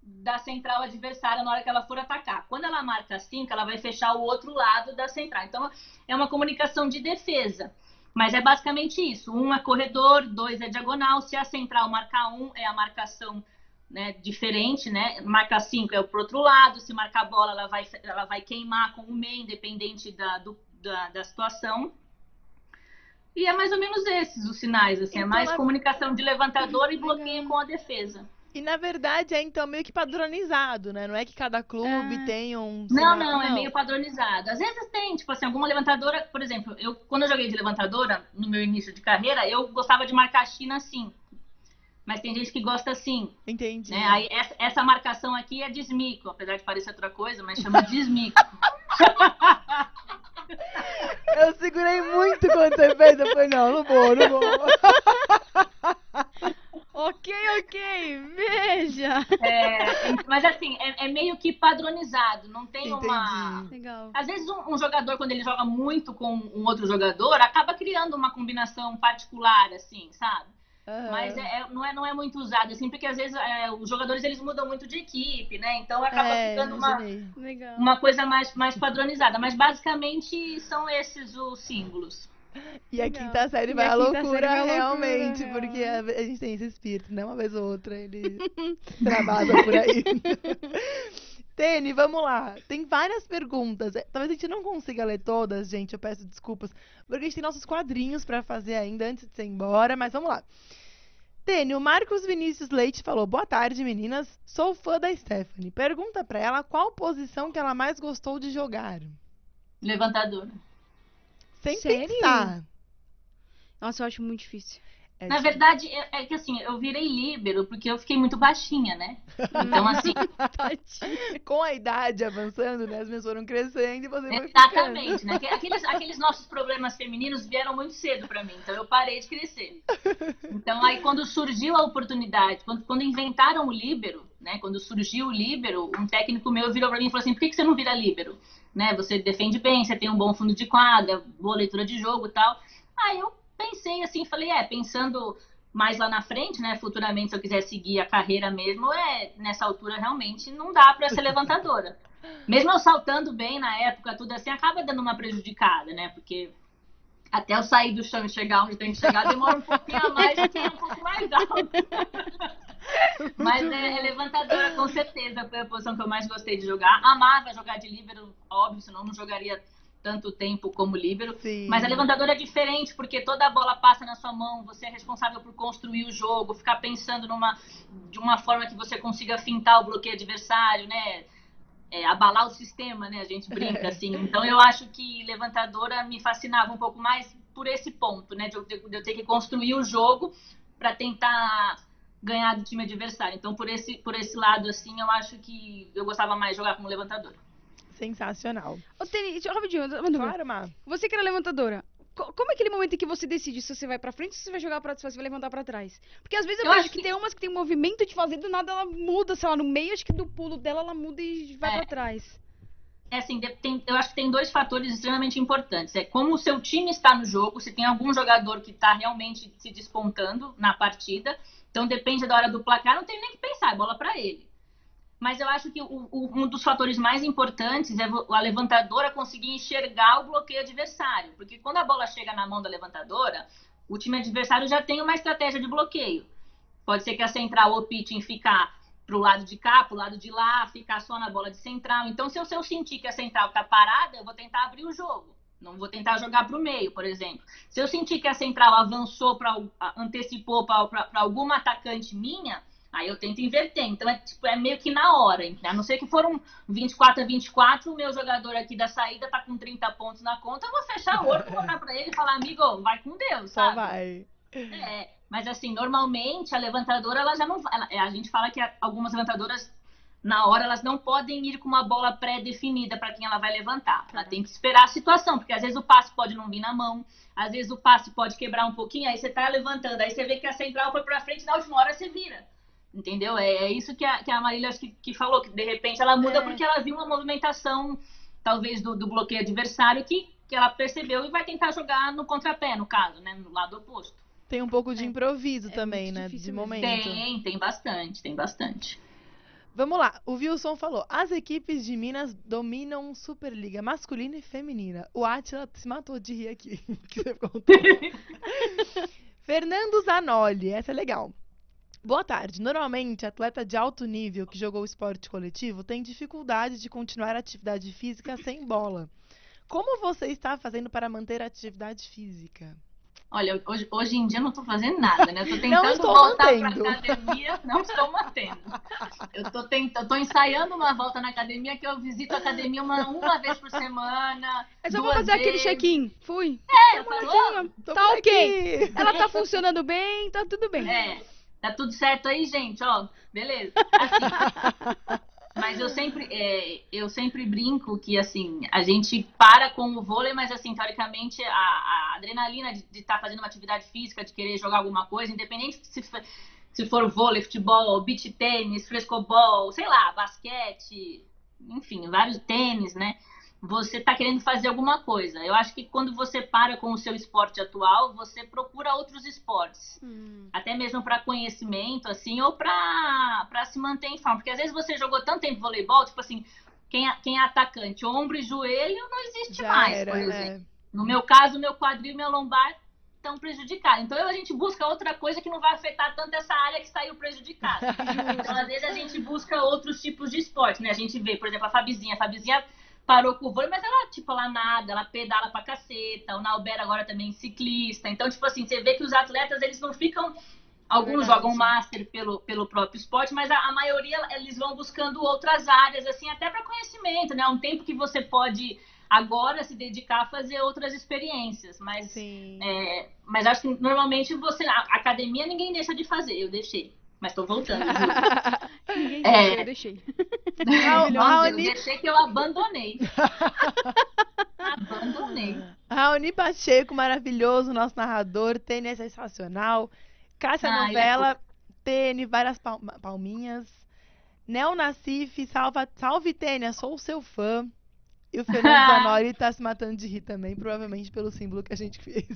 da central adversária na hora que ela for atacar. Quando ela marca cinco, ela vai fechar o outro lado da central. Então é uma comunicação de defesa. Mas é basicamente isso. Um é corredor, dois é diagonal. Se a central marcar um, é a marcação né, diferente, né? Marca cinco é pro outro lado. Se marcar a bola, ela vai, ela vai queimar com o meio, independente da, do- da, da situação. E é mais ou menos esses os sinais, assim. é Então, mais ela- comunicação de levantador e bloqueio com a defesa. E na verdade é então meio que padronizado, né? Não é que cada clube Ah. tenha um. Não, sinal- não, é meio padronizado. Às vezes tem, tipo assim, alguma levantadora, por exemplo, eu quando eu joguei de levantadora, no meu início de carreira, eu gostava de marcar a China assim. Mas tem gente que gosta assim, Entendi. né? Aí essa, essa marcação aqui é desmico, apesar de parecer outra coisa, mas chama desmico. Eu segurei muito quando você fez. Eu falei, não, não vou, não vou. Ok, ok, veja. É, mas assim, é, é meio que padronizado, não tem uma. Entendi. Legal. Às vezes um, um jogador, quando ele joga muito com um outro jogador, acaba criando uma combinação particular, assim, sabe? Aham. Mas é- é- não, é, não é muito usado, assim, porque às vezes é, os jogadores eles mudam muito de equipe, né? Então acaba É, ficando uma, imaginei. Legal. uma coisa mais, mais padronizada. Mas basicamente são esses os símbolos. E a Legal. quinta série E vai a à quinta loucura, série vai à loucura, né? realmente, real. porque a, a gente tem esse espírito, né? Uma vez ou outra ele extravasa por aí. Tene, vamos lá. Tem várias perguntas. É, Talvez a gente não consiga ler todas, gente. Eu peço desculpas. Porque a gente tem nossos quadrinhos pra fazer ainda antes de você ir embora, mas vamos lá. Tene, o Marcos Vinícius Leite falou: Boa tarde, meninas. Sou fã da Stephanie. Pergunta pra ela qual posição que ela mais gostou de jogar. Levantador. Sem Sério? pensar. Nossa, eu acho muito difícil. É Na difícil. verdade, é, é que assim, eu virei líbero porque eu fiquei muito baixinha, né? Então, assim, Tadinho. com a idade avançando, né? As minhas foram crescendo e você foi ficando. exatamente, né? Aque- Aqueles, aqueles nossos problemas femininos vieram muito cedo pra mim, então eu parei de crescer. Então, aí quando surgiu a oportunidade, quando, quando inventaram o líbero, né? Quando surgiu o líbero, um técnico meu virou pra mim e falou assim: por que, que você não vira líbero? Né? Você defende bem, você tem um bom fundo de quadra, boa leitura de jogo e tal. Aí eu pensei assim, falei, é, pensando mais lá na frente, né, futuramente, se eu quiser seguir a carreira mesmo, é nessa altura realmente não dá para ser levantadora. Mesmo eu saltando bem na época, tudo assim, acaba dando uma prejudicada, né? Porque até eu sair do chão e chegar onde tem que chegar, demora um pouquinho a mais, porque é um pouco mais alto. Mas é, é levantadora, com certeza, foi a posição que eu mais gostei de jogar. Amava jogar de líbero, óbvio, senão não jogaria tanto tempo como líbero. Sim. Mas a levantadora é diferente, porque toda a bola passa na sua mão, você é responsável por construir o jogo, ficar pensando numa, de uma forma que você consiga fintar o bloqueio adversário, né? É, abalar o sistema, né? A gente brinca assim. Então eu acho que levantadora me fascinava um pouco mais por esse ponto, né? De eu, ter- de eu ter que construir o jogo para tentar ganhar do time adversário. Então por esse, por esse lado, assim, eu acho que eu gostava mais de jogar como levantadora. Sensacional. Ô, Tênis, deixa eu- rapidinho, outra dúvida. Claro, Má. Você que era levantadora, co- como é aquele momento em que você decide se você vai pra frente, se você vai jogar pra se você vai levantar pra trás? Porque às vezes eu, Eu vejo acho que, que- tem umas que tem um movimento de fazer, do nada ela muda, sei lá, no meio, acho que do pulo dela ela muda e vai É. pra trás. É assim, de- tem- eu acho que tem dois fatores extremamente importantes. É como o seu time está no jogo, se tem algum jogador que está realmente se despontando na partida. Então depende da hora do placar, não tem nem que pensar, é bola para ele. Mas eu acho que o- o- um dos fatores mais importantes é vo- a levantadora conseguir enxergar o bloqueio adversário. Porque quando a bola chega na mão da levantadora, o time adversário já tem uma estratégia de bloqueio. Pode ser que a central ou pitching ficar pro lado de cá, pro lado de lá, ficar só na bola de central. Então, se eu, se eu sentir que a central tá parada, eu vou tentar abrir o jogo. Não vou tentar jogar pro meio, por exemplo. Se eu sentir que a central avançou, pra, al- a- antecipou para alguma atacante minha, aí eu tento inverter. Então, é, tipo, é meio que na hora. hein? A não ser que for um 24 a 24, o meu jogador aqui da saída tá com 30 pontos na conta, eu vou fechar o olho, vou olhar pra ele e falar, amigo, vai com Deus, Só sabe? vai. É, mas assim, normalmente a levantadora, ela já não. ela- a gente fala que a- algumas levantadoras, na hora, elas não podem ir com uma bola pré-definida para quem ela vai levantar. Ela tem que esperar a situação, porque às vezes o passe pode não vir na mão, às vezes o passe pode quebrar um pouquinho, aí você tá levantando, aí você vê que a central foi pra frente, na última hora você vira. Entendeu? É, é isso que a, que a Marília acho que, que falou, que de repente ela muda É. porque ela viu uma movimentação, talvez, do, do bloqueio adversário que, que ela percebeu e vai tentar jogar no contrapé, no caso, né? No lado oposto. Tem um pouco de É, improviso é também, muito né? De difícil mesmo. momento. Tem, tem bastante, tem bastante. Vamos lá. O Wilson falou: as equipes de Minas dominam Superliga masculina e feminina. O Atila se matou de rir aqui. que você contou. Fernando Zanoli, essa é legal. Boa tarde. Normalmente, atleta de alto nível que jogou esporte coletivo tem dificuldade de continuar a atividade física sem bola. Como você está fazendo para manter a atividade física? Olha, hoje, hoje em dia eu não estou fazendo nada, né? Eu tô Não tentando estou voltar mantendo. pra academia, não estou mantendo. Eu tô, tenta, eu tô ensaiando uma volta na academia, que eu visito a academia uma, uma vez por semana. É só vou duas fazer aquele vezes. check-in. Fui. É, falou? Tô Tá por ok. aqui. Ela tá funcionando bem, tá tudo bem. É, tá tudo certo aí, gente, ó, beleza. Assim, mas eu sempre, é, eu sempre brinco que, assim, a gente para com o vôlei, mas, assim, teoricamente, a, a adrenalina de estar fazendo uma atividade física, de querer jogar alguma coisa, independente se, fo- se for vôlei, futebol, beach tênis, frescobol, sei lá, basquete, enfim, vários tênis, né? você está querendo fazer alguma coisa. Eu acho que quando você para com o seu esporte atual, você procura outros esportes, Hum. até mesmo para conhecimento, assim, ou para se manter em forma. Porque às vezes você jogou tanto tempo voleibol, tipo assim, quem é, quem é atacante, ombro e joelho, não existe Já mais, era, por exemplo. né? No meu caso, meu quadril e minha lombar estão prejudicados. Então a gente busca outra coisa que não vai afetar tanto essa área que saiu prejudicada. Então, às vezes, a gente busca outros tipos de esporte, né? A gente vê, por exemplo, a Fabizinha. A Fabizinha parou com o vôlei, mas ela, tipo, ela nada, ela pedala pra caceta. O Nauber agora também é ciclista. Então, tipo assim, você vê que os atletas, eles não ficam... Alguns Verdade. jogam master pelo, pelo próprio esporte, mas a, a maioria eles vão buscando outras áreas, assim, até para conhecimento, né? Um tempo que você pode agora se dedicar a fazer outras experiências, mas Sim. é, mas acho que normalmente você. A a academia ninguém deixa de fazer, eu deixei. Mas tô voltando. viu? Ninguém É. deixou, eu deixei. Raoni- Não, eu Raoni, deixei que eu abandonei. abandonei. Raoni Pacheco, maravilhoso, nosso narrador. Tênis é sensacional. Cássia Ah, ele é Novela, Tênis, várias palma- palminhas. Nel Nassif, salva, salve Tênis, sou seu fã. E o Fernando Zanori tá se matando de rir também, provavelmente pelo símbolo que a gente fez.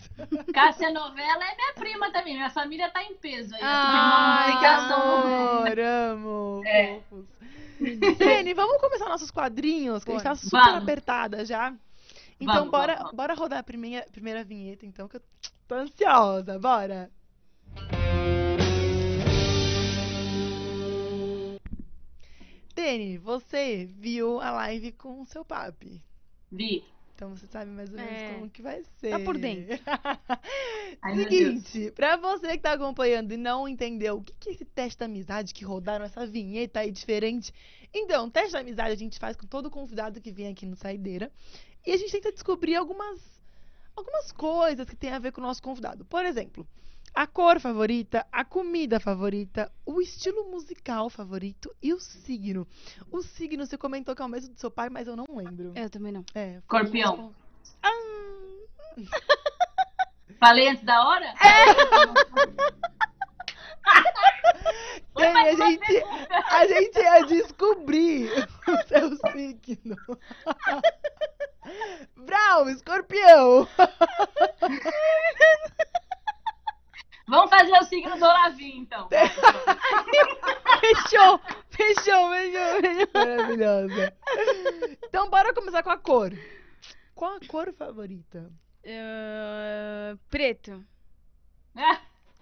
Cássia Novela é minha prima também, minha família tá em peso aí. Ah, Ai, assim, que que não tem razão. amor, amo. É. Fofos. Sene, vamos começar nossos quadrinhos, que a gente tá Bora. super Vamos. apertada já. Então, Vamos, bora, vamos, vamos. bora rodar a primeira, primeira vinheta, então, que eu tô ansiosa. Bora! Tene, você viu a live com o seu papi. Vi. Então você sabe mais ou menos É. como que vai ser. por dentro. Ai, meu Deus. Seguinte, pra você que tá acompanhando e não entendeu o que, que é esse teste da amizade que rodaram essa vinheta aí diferente. Então, teste da amizade a gente faz com todo convidado que vem aqui no Saideira. E a gente tenta descobrir algumas, algumas coisas que tem a ver com o nosso convidado. Por exemplo, a cor favorita, a comida favorita, o estilo musical favorito e o signo. O signo você comentou que é o mesmo do seu pai, mas eu não lembro. Eu também não. É. Escorpião. Falei antes da hora? É. Tene, É, a gente, a gente ia descobrir o seu signo. Brau, escorpião. Vamos fazer o signo do Olavim, então. Fechou! Fechou, fechou, fechou. Maravilhosa. Então, bora começar com a cor. Qual a cor favorita? Ah, preto.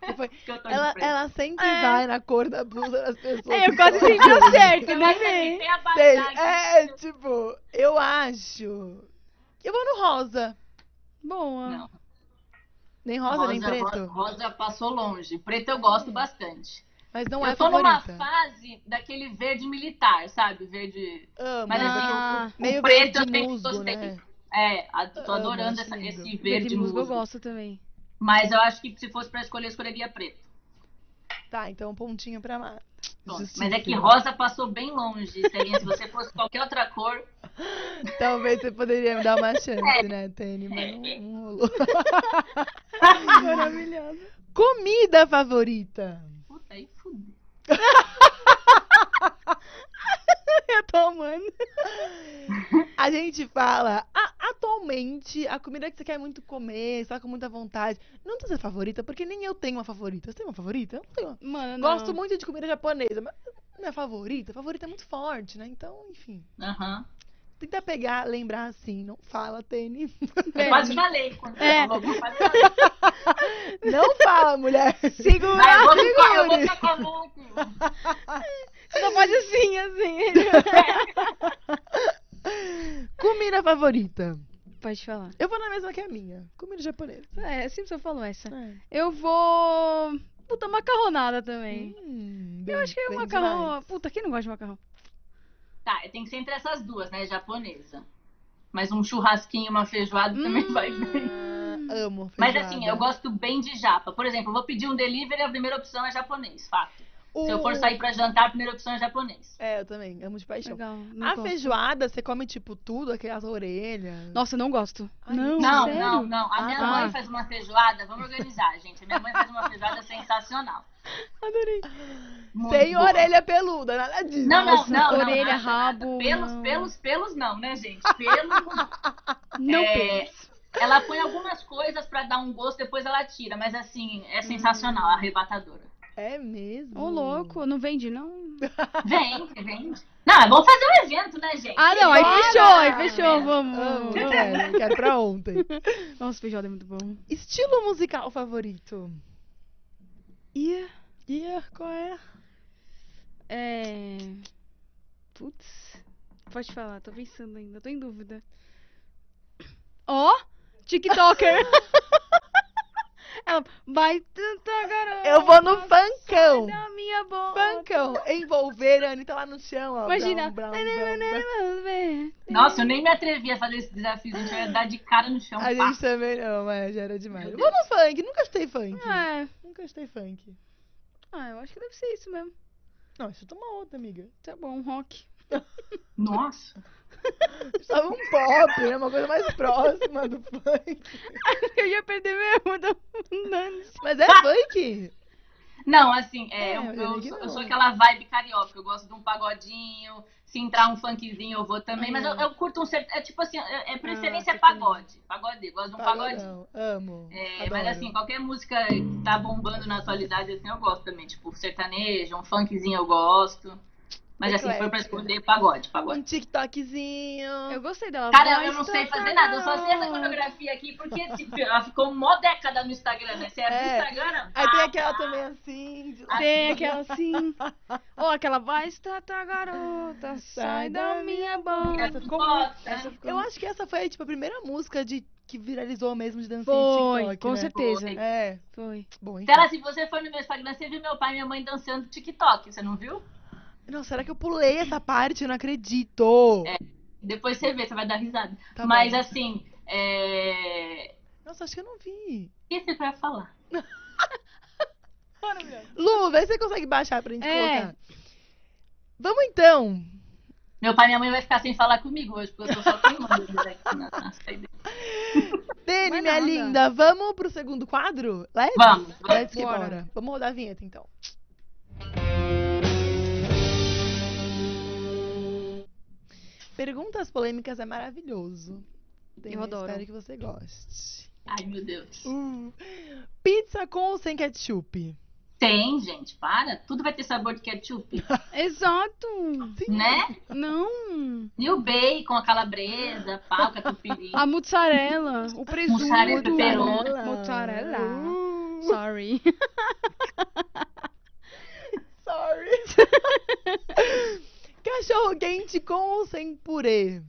Você foi- Que eu tô de É. Ela, preto. ela sempre É. vai na cor da blusa das pessoas. É, eu quase sempre acerto, Eu né? acho assim, tem a Sei, batalha. É, tipo, eu acho. Eu vou no rosa. Boa. Não. Nem rosa, nem preto. ro- Rosa passou longe. Preto eu gosto bastante. Mas não eu é tô numa favorita. fase daquele verde militar, sabe? Verde. Amo. Mas assim, Ah, o, o Meio preto eu verde sempre musgo, gostei. né? É, a- tô Amo, adorando acho essa- lindo. esse Verde verde musgo eu musgo. gosto também. Mas eu acho que se fosse pra escolher, eu escolheria preto. Tá, então um pontinho pra Mata. Bom, Justíssimo. mas é que rosa passou bem longe, Celinha. Se você fosse qualquer outra cor, Talvez você poderia me dar uma chance, né, Tênis? Mas É. não, não rolou. Maravilhosa. Comida favorita? puta aí fudeu. Eu tô amando. A gente fala, "A- atualmente, a comida que você quer muito comer, você tá com muita vontade. Não precisa ser favorita, porque nem eu tenho uma favorita. Você tem uma favorita? Eu não tenho uma. Mano, não. Gosto muito de comida japonesa, mas minha favorita, favorita é muito forte, né? Então, enfim. Aham. Tenta pegar, lembrar assim, não fala, Tênis. É. Eu quase falei quando você É. falou. eu quase falei. Não fala, mulher. Segura. Mas eu vou ficar, eu vou ficar com a mão aqui. Você só faz assim, assim. Comida favorita? Pode falar. Eu vou na mesma que a minha. Comida japonesa. É, eu sempre só falo essa. Eu vou. Puta, macarronada também. Hum, eu acho que é bem macarrão. demais. Puta, quem não gosta de macarrão? Tá, tem que ser entre essas duas, né? Japonesa. Mas um churrasquinho, uma feijoada Hum, também vai bem. Ah, amo Mas feijoada. assim, eu gosto bem de japa. Por exemplo, eu vou pedir um delivery, a primeira opção é japonês, fato. Se eu O- Hum. for sair pra jantar, a primeira opção é japonês. É, eu Ah, também. Amo de paixão. Legal. não A gosto. feijoada, você come, tipo, tudo, aquelas orelhas. Nossa, não gosto. Ai, não, Não, Hum, sério? não, não. A Ah, minha tá. mãe faz uma feijoada, vamos organizar, gente. A minha mãe faz uma feijoada sensacional. Adorei. Muito Sem boa. orelha peluda, nada disso. Não, não, Nossa, não, não, orelha, nada, nada. rabo, Pelos, não. pelos, pelos não, né, gente? Pelo. Não É, penso. ela põe algumas coisas pra dar um gosto, depois ela tira, mas assim, é sensacional, arrebatadora. É mesmo. Ô, louco, não vende, não. Vende, vende. Não, é bom fazer um evento, né, gente? Ah, não, aí Bora! fechou, aí fechou, vamos. Amo, Hum. vamos, quero, quero pra ontem. vamos. Nossa, feijoada é muito bom. Estilo musical favorito? E Yeah, qual é? é. Putz. Pode falar, tô pensando ainda, tô em dúvida. Ó, TikToker. Ela vai tanta garota. Eu vou no pancão. Da minha boca. Pancão. Envolver a Anitta lá no chão, ó. Imagina. Brão, brão, brão, brão. Nossa, eu nem me atrevi a fazer esse desafio, gente. Eu ia dar de cara no chão. A pá. gente também não, mas já era demais. Meu Vou no funk, nunca escutei funk. Ah, é. Nunca escutei funk. ah, eu acho que deve ser isso mesmo. Não, chuta uma outra, amiga. Tá bom, rock. Nossa. Estava um pop, né? Uma coisa mais próxima do funk. Eu ia perder mesmo. Tô... Não, Mas é funk? Não, assim, é, É, eu, eu eu diria que sou, não. eu sou aquela vibe carioca. Eu gosto de um pagodinho. Se entrar um funkzinho, eu vou também. Mas eu, eu curto um certo. É tipo assim, é, é preferência é tô pagode. Pagode, eu gosto de um pagodinho. Ah, Pagodão, Amo. É, adoro. mas assim, qualquer música que tá bombando na atualidade, assim, eu gosto também. Tipo, sertanejo, um funkzinho eu gosto. É Mas assim, se for pra Eclética. escolher, pagode, pagode. Um TikTokzinho. Eu gostei dela. Cara, eu Voz não sei fazer tocando. nada, eu só sei essa coreografia aqui, porque tipo, ela ficou mó década no Instagram, né? Você abre É. o Instagram. Aí tem ah, aquela tá. também assim. De... Tem aquela assim. Ou aquela vai tratar garota, sai da minha boca. Essa Essa ficou foto, muito- né? Essa ficou- Eu acho que essa foi tipo, a primeira música de... que viralizou mesmo de dancinha Foi, de TikTok. com né? certeza. Foi. É, Foi. bom. Então... Será se você for no meu Instagram, você viu meu pai e minha mãe dançando TikTok, você não viu? Não, será que eu pulei essa parte? Eu não acredito. É, Depois você vê, você vai dar risada. Tá Mas bom. assim, é... Nossa, acho que eu não vi. esqueci o que eu ia falar. Lu, vê se você consegue baixar pra gente É. colocar. Vamos então. Meu pai e minha mãe vai ficar sem falar comigo hoje, porque eu tô só queimando eles aqui na, na saída. Dani, Mas minha nada. linda, vamos pro segundo quadro? Let's? Vamos, vamos. Let's que Bora. bora. Vamos rodar a vinheta então. Perguntas polêmicas é maravilhoso. Dani, Eu adoro. Espero que você goste. Ai, meu Deus. Uh. Pizza com ou sem ketchup? Tem, gente, para. Tudo vai ter sabor de ketchup, Exato. Sim. né? Não. E o bacon, a calabresa, pau, catupiry. A mozzarella, o presunto. Mussarela, pepperoni. Mozzarella. Mozzarella. Uh, Sorry. sorry. Cachorro quente com ou sem purê?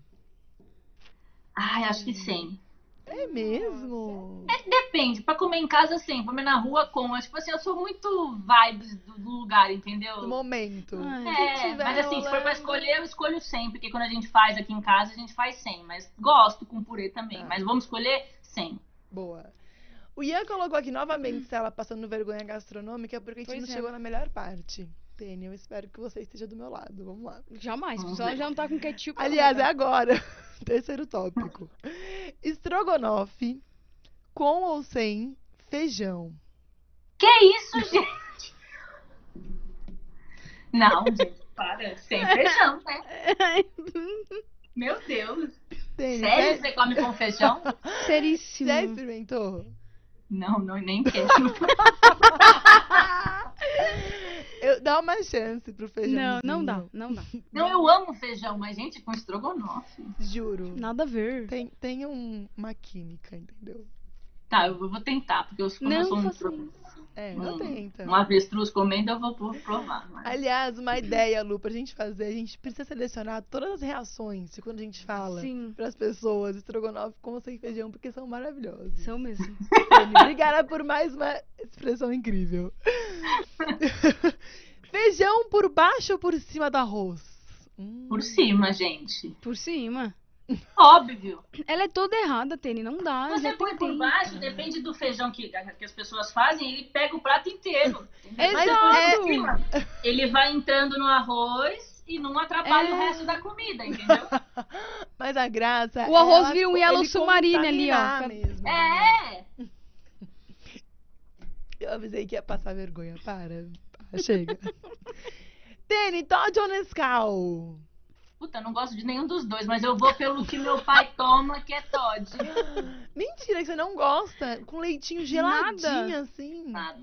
Ai, acho que sim. É É mesmo? Depende, pra comer em casa, sim. Comer na rua, com. É, Tipo assim, eu sou muito vibes do do lugar, entendeu? Do momento. Ai, É, tiver mas assim, se for pra rolando. escolher, eu escolho sem, porque quando a gente faz aqui em casa, a gente faz sem. Mas gosto com purê também. Tá. Mas vamos escolher sem. Boa. O Ian colocou aqui novamente Stella passando vergonha gastronômica porque a gente Pois não é. chegou na melhor parte. Tênia, eu espero que você esteja do meu lado. Vamos lá. Jamais, Vamos porque ela ver. já não tá com ketchup. ela Aliás, é vai agora. Terceiro tópico. Estrogonofe com ou sem feijão. Que isso, gente? Não, gente, para. Sem feijão, né? Meu Deus. Tênia, é. Sério? já- Você come com feijão? dar. Seríssimo. já experimentou? Não, não, nem quero. Eu, dá uma chance pro feijão. Não, não dá, não dá. Não, eu amo feijão, mas, gente, com estrogonofe. Juro. Nada a ver. Tem, tem um- uma química, entendeu? Tá, eu vou tentar, porque eu, como eu Não sou um, faça estro- É, não Hum, tenta. um avestruz comendo, eu vou pro- provar. mas- Aliás, uma ideia, Lu, pra gente fazer, a gente precisa selecionar todas as reações de quando a gente fala Sim, pras pessoas estrogonofe com ou sem feijão, porque são maravilhosos. são mesmo. Tony, Obrigada por mais uma expressão incrível. feijão por baixo ou por cima do arroz? Hum, Por cima, gente. Por cima. Óbvio. Ela é toda errada, Tênis, não dá. Você é já põe por tentei. baixo, depende do feijão que, que as pessoas fazem, ele pega o prato inteiro. entendeu? Mas Exato! é- Ele vai entrando no arroz e não atrapalha É. o resto da comida, entendeu? Mas a graça. O arroz é vira um ela- yellow ele submarine ali, ó. contaminar Mesmo, né? É. Eu avisei que ia passar vergonha. Para. Para, chega. Tênis, Todd ou Nescau? Puta, não gosto de nenhum dos dois, mas eu vou pelo que meu pai toma, que é Todd. Mentira, que você não gosta. Com leitinho geladinho, assim. Nada.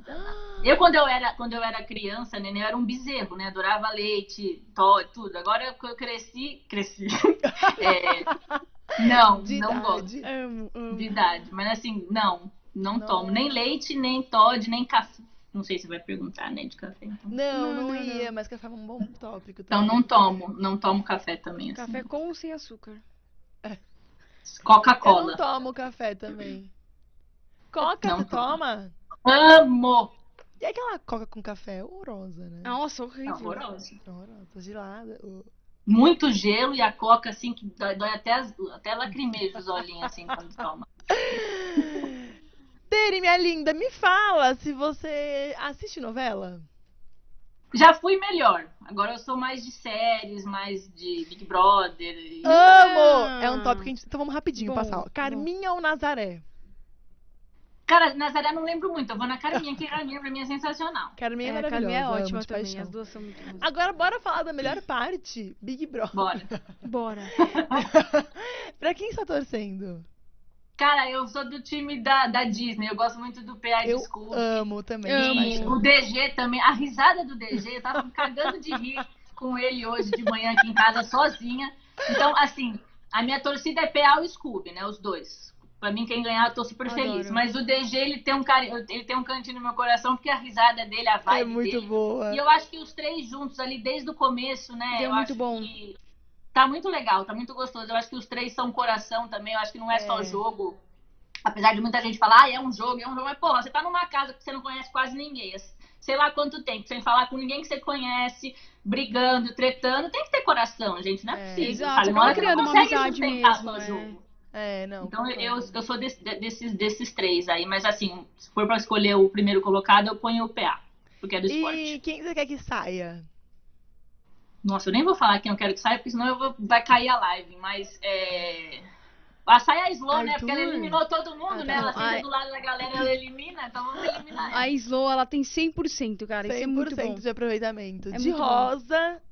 Eu quando eu era, quando eu era criança, neném, eu era um bezerro, né? Adorava leite, tó, tudo. Agora eu- que eu cresci, cresci. É, não, De não gosto idade. Amo, amo. de idade, mas assim, não, não, Não. tomo nem leite, nem Todd, nem café. Não sei se vai perguntar, né, de café. Então, Não, não, Não, não, ia, mas café é um bom tópico. Então, também. não tomo, não tomo café também, assim. Café com ou sem açúcar? Eu não Coca-Cola. tomo café também. Coca, Não você tomo. toma? Amo. E aquela coca com café? Horrorosa, né? Nossa, horrível. Horroroso. Horrorosa, gelada. ô. Muito gelo e a coca assim que dói, dói até as, até lacrimeja os olhinhos assim quando toma. Tere, minha linda, me fala se você assiste novela. Já fui melhor. Agora eu sou mais de séries, mais de Big Brother. e- Amo! É um tópico que a gente. Então vamos rapidinho Bom, passar. ó. bom. Carminha ou Nazaré? Cara, Nazaré eu não lembro muito. Eu vou na Carminha, que Carminha pra mim é sensacional. Carminha é, É, a maravilhosa. Carmen é amo ótima de também. paixão. As duas são muito boas. Agora bora falar da melhor parte, Big Brother. Bora. Ah, Bora. pra quem está torcendo? Cara, eu sou do time da, da Disney. Eu gosto muito do PA Eu School. amo também. de E paixão. o DG também. A risada do DG, eu tava cagando de rir com ele hoje de manhã aqui em casa, sozinha. Então, assim, a minha torcida é PA e Scooby, né? Os dois. Pra mim, quem ganhar, eu tô super Adoro. feliz. Mas o DG, ele tem um, cari... ele tem um cantinho no meu coração, porque a risada dele, a vibe É muito dele, boa. E eu acho que os três juntos ali desde o começo, né? Deu eu muito acho bom. que tá muito legal, tá muito gostoso. Eu acho que os três são um coração também. Eu acho que não é, só É. jogo. Apesar de muita gente falar, ah, é um jogo, é um jogo. Mas, porra, você tá numa casa que você não conhece quase ninguém. é Sei lá quanto tempo, sem falar com ninguém que você conhece, brigando, tretando. Tem que ter coração, gente. Não é, É, possível. exato, sabe? acaba Uma hora que criando não uma consegue amizade sustentar mesmo, só é. jogo. É, não. Então eu, eu- concordo. eu sou desse- desses, desses três aí. Mas assim, se for pra escolher o primeiro colocado, eu ponho o PA. Porque é do esporte. E quem você quer que saia? Nossa, eu nem vou falar quem eu quero que saia, porque senão eu vou- vai cair a live. Mas é. A saia é slow, né? Porque ela Arthur? eliminou todo mundo, Ah, né? tá. Ela senta Ai. do lado da galera, ela elimina, então vamos eliminar ela. A Slow, ela tem 100%, cara. Isso é muito 100% bom. de aproveitamento. É de muito bom. Hum. rosa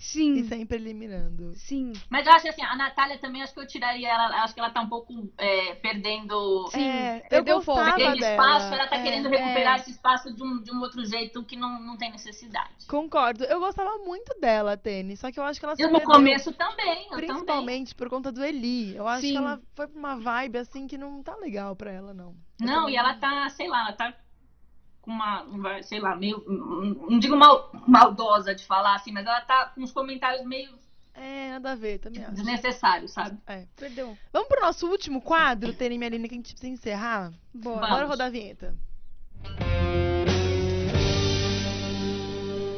e Sim, sempre eliminando. sim. Mas eu acho assim, a Natália também, acho que eu tiraria ela, acho que ela tá um pouco é, perdendo Sim, é, eu perdeu gostava foco. aquele dela. espaço, ela tá É, querendo é. recuperar esse espaço de um, de um outro jeito que não, não tem necessidade. Concordo. Eu gostava muito dela, Tênis. Só que eu acho que ela se Eu no perdeu, começo também, eu também. Principalmente por conta do Eli. Eu acho que Sim. ela foi pra uma vibe assim que não tá legal pra ela, não. Eu Não, também e ela tá, sei lá, ela tá com uma, vai- sei lá, meio, não digo mal, maldosa de falar assim, mas ela tá com uns comentários meio É, nada a ver, também acho. É. desnecessários, sabe? Perdeu. Vamos pro nosso último quadro, Tênis e Aline, que a gente precisa encerrar? Bora. Vamos. Bora rodar a vinheta.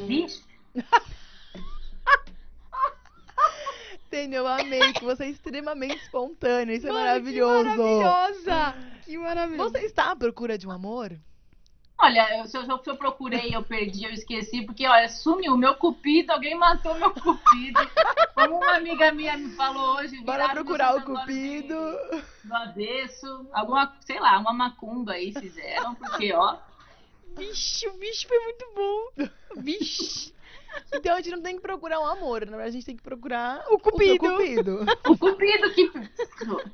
Vixe, Tênis, eu amei que você é extremamente espontânea. Isso é Mano, maravilhoso. Que maravilhosa. Que maravilhosa. Você está à procura de um amor? Olha, eu, se, eu, se eu procurei, eu perdi, eu esqueci, porque, olha, sumiu meu cupido, alguém matou meu cupido. Como uma amiga minha me falou hoje, Bora viraram procurar o vocês agora de- Cupido. Do avesso, alguma, sei lá, uma macumba aí fizeram, porque, ó, Vixe, o bicho foi muito bom. Vixe. Então a gente não tem que procurar um amor, na verdade a gente tem que procurar O o seu cupido. cupido. O Cupido que.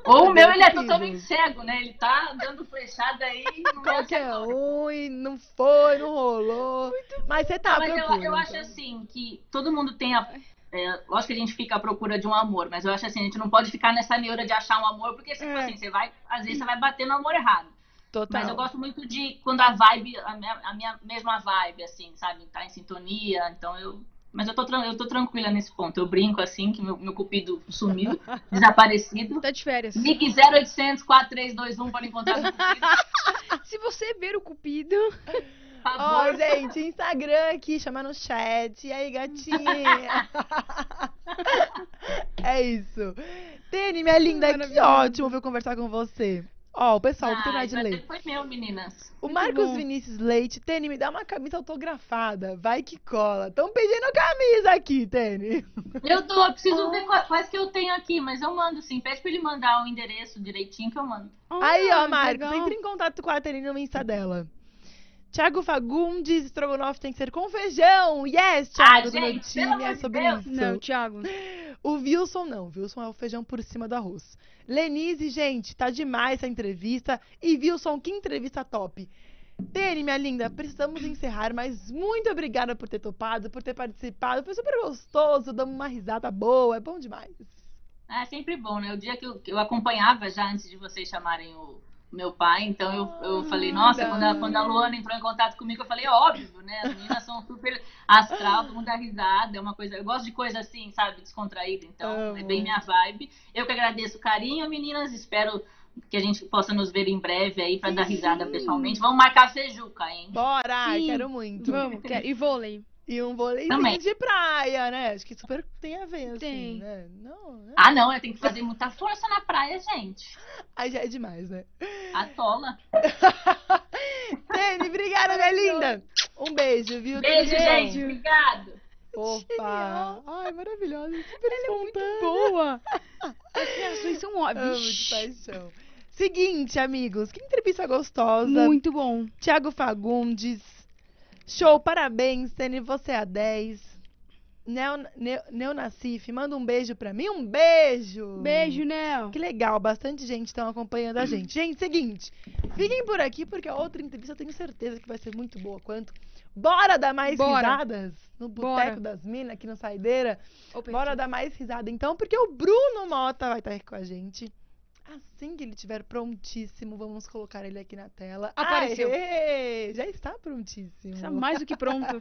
Ou o meu, ele é Cupido. totalmente cego, né? Ele tá dando flechada aí. Não é Qualquer um e não foi, não rolou. Mas você Ah, tá à Mas eu, procura. eu acho assim que todo mundo tem a. É, lógico que a gente fica à procura de um amor, mas eu acho assim, a gente não pode ficar nessa neura de achar um amor, porque tipo, É. assim, você vai, às vezes você vai bater no amor errado. Total. Mas eu gosto muito de quando a vibe, a minha, a minha mesma vibe, assim, sabe? Tá em sintonia, então eu. Mas eu tô, tran- eu tô tranquila nesse ponto. Eu brinco assim, que meu, meu cupido sumiu, desaparecido. Tá de férias. Ligue 0800 4321 para um, encontrar. Ah, Se você ver o Cupido, Ó, Pavor. gente, Instagram aqui, chama no chat. E aí, gatinha? é isso. Tene, minha linda, que Maravilhoso. ótimo ver conversar com você. Ó, o pessoal, vou terminar Ai, de mas ler. Foi meu, meninas. O Muito Marcos bom. Vinícius Leite, Tene, me dá uma camisa autografada. Vai que cola. Estão pedindo camisa aqui, Tene. Eu tô, eu preciso Ah. ver qua- quais que eu tenho aqui, mas eu mando sim. Pede pra ele mandar o endereço direitinho que eu mando. Aí, ó, Ah, Marcos, legal. entre em contato com a Tene no Insta dela. Thiago Fagundes, estrogonofe tem que ser com feijão. Yes, Thiago, do meu Ah, gente, pelo time, amor é de sobre Deus. isso. Não, Thiago. O Wilson não, o Wilson é o feijão por cima do arroz. Lenise, gente, tá demais essa entrevista. E Wilson, que entrevista top. Tere, minha linda, precisamos encerrar, mas muito obrigada por ter topado, por ter participado. Foi super gostoso, damos uma risada boa, é bom demais. Ah, É sempre bom, né? O dia que eu, que eu acompanhava já antes de vocês chamarem o meu pai, então eu, eu falei, nossa, quando a, quando a Luana entrou em contato comigo, eu falei, é óbvio, né? As meninas são super astral, todo mundo dá risada, é uma coisa. Eu gosto de coisa assim, sabe, descontraída, então Amo. é bem minha vibe. Eu que agradeço o carinho, meninas, espero que a gente possa nos ver em breve aí para dar risada pessoalmente. Vamos marcar Sejuca, hein? Bora, Sim, quero muito. Vamos, quer... e vôlei. E um vôleizinho Também. de praia, né? Acho que super tem a ver, assim, Tem. né? Não, né? Ah, não, eu tenho que fazer muita força na praia, gente. Aí já é demais, né? Atola. Tere, obrigada, minha linda. Um beijo, viu? Beijo, Tudo de bom? gente. Obrigado. Opa! Ai, maravilhosa, super espontânea. Boa! As reações são Amo óbvias. de paixão. Seguinte, amigos, que entrevista gostosa. Muito bom. Tiago Fagundes. Show, parabéns, Tene, você é a 10. Neo, Neo, Neonacif, manda um beijo pra mim, um beijo! Beijo, Nel. Que legal, bastante gente estão acompanhando a gente. Gente, seguinte, fiquem por aqui porque a outra entrevista eu tenho certeza que vai ser muito boa quanto. Bora dar mais Bora. risadas no Bora. Boteco das Minas, aqui na Saideira. Opa, Bora dar mais risada então, porque o Bruno Mota vai estar aqui com a gente. Assim que ele estiver prontíssimo, vamos colocar ele aqui na tela. Apareceu. Aê! já está prontíssimo. Está é mais do que pronto.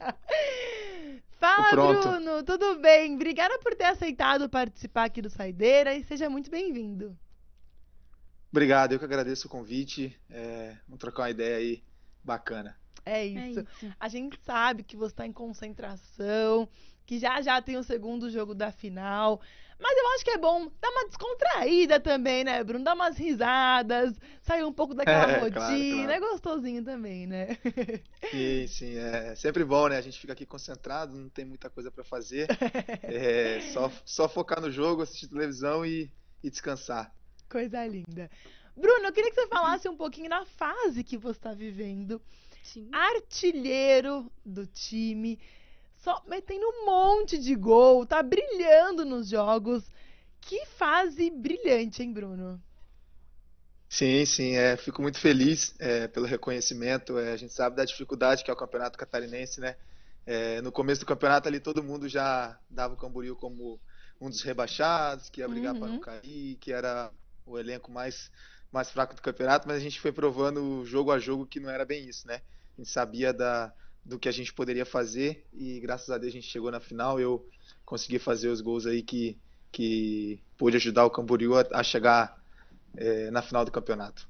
Fala, Tô pronto. Bruno! Tudo bem? Obrigada por ter aceitado participar aqui do Saideira e seja muito bem-vindo. Obrigado, eu que agradeço o convite. É, vamos trocar uma ideia aí bacana. É É isso. isso. A gente sabe que você está em concentração, que já já tem o segundo jogo da final. Mas eu acho que é bom dar uma descontraída também, né, Bruno? Dar umas risadas, sair um pouco daquela É, claro, rotina. É gostosinho também, né? E sim, é sempre bom, né? A gente fica aqui concentrado, não tem muita coisa para fazer. É, só, só focar no jogo, assistir televisão e, e descansar. Coisa linda. Bruno, eu queria que você falasse um pouquinho da fase que você está vivendo. Sim. Artilheiro do time, só metendo um monte de gol, tá brilhando nos jogos. Que fase brilhante, hein, Bruno? Sim, sim, é, fico muito feliz é, pelo reconhecimento. É, a gente sabe da dificuldade que é o Campeonato Catarinense, né? É, no começo do campeonato ali todo mundo já dava o Camboriú como um dos rebaixados, que ia brigar para Uhum. não cair, que era o elenco mais, mais fraco do campeonato, mas a gente foi provando jogo a jogo que não era bem isso, né? A gente sabia da, do que a gente poderia fazer e graças a Deus a gente chegou na final. Eu consegui fazer os gols aí que, que pôde ajudar o Camboriú a, a chegar é, na final do campeonato.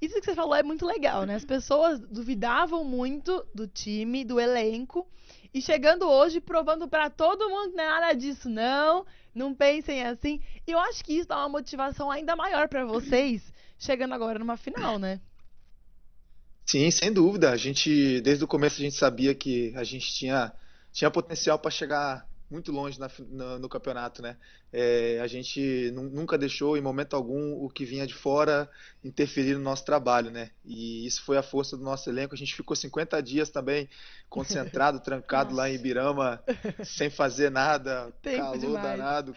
Isso que você falou é muito legal, né? As pessoas duvidavam muito do time, do elenco, e chegando hoje provando pra todo mundo que não é nada disso, não. Não pensem assim. E eu acho que isso dá uma motivação ainda maior pra vocês chegando agora numa final, né? Sim, sem dúvida. A gente, desde o começo, a gente sabia que a gente tinha, tinha potencial para chegar muito longe na fi- na- no campeonato, né? É, a gente nu- nunca deixou, em momento algum, o que vinha de fora interferir no nosso trabalho, né? E isso foi a força do nosso elenco. A gente ficou 50 dias também concentrado, trancado lá em Ibirama, sem fazer nada, Tempo calor demais. danado,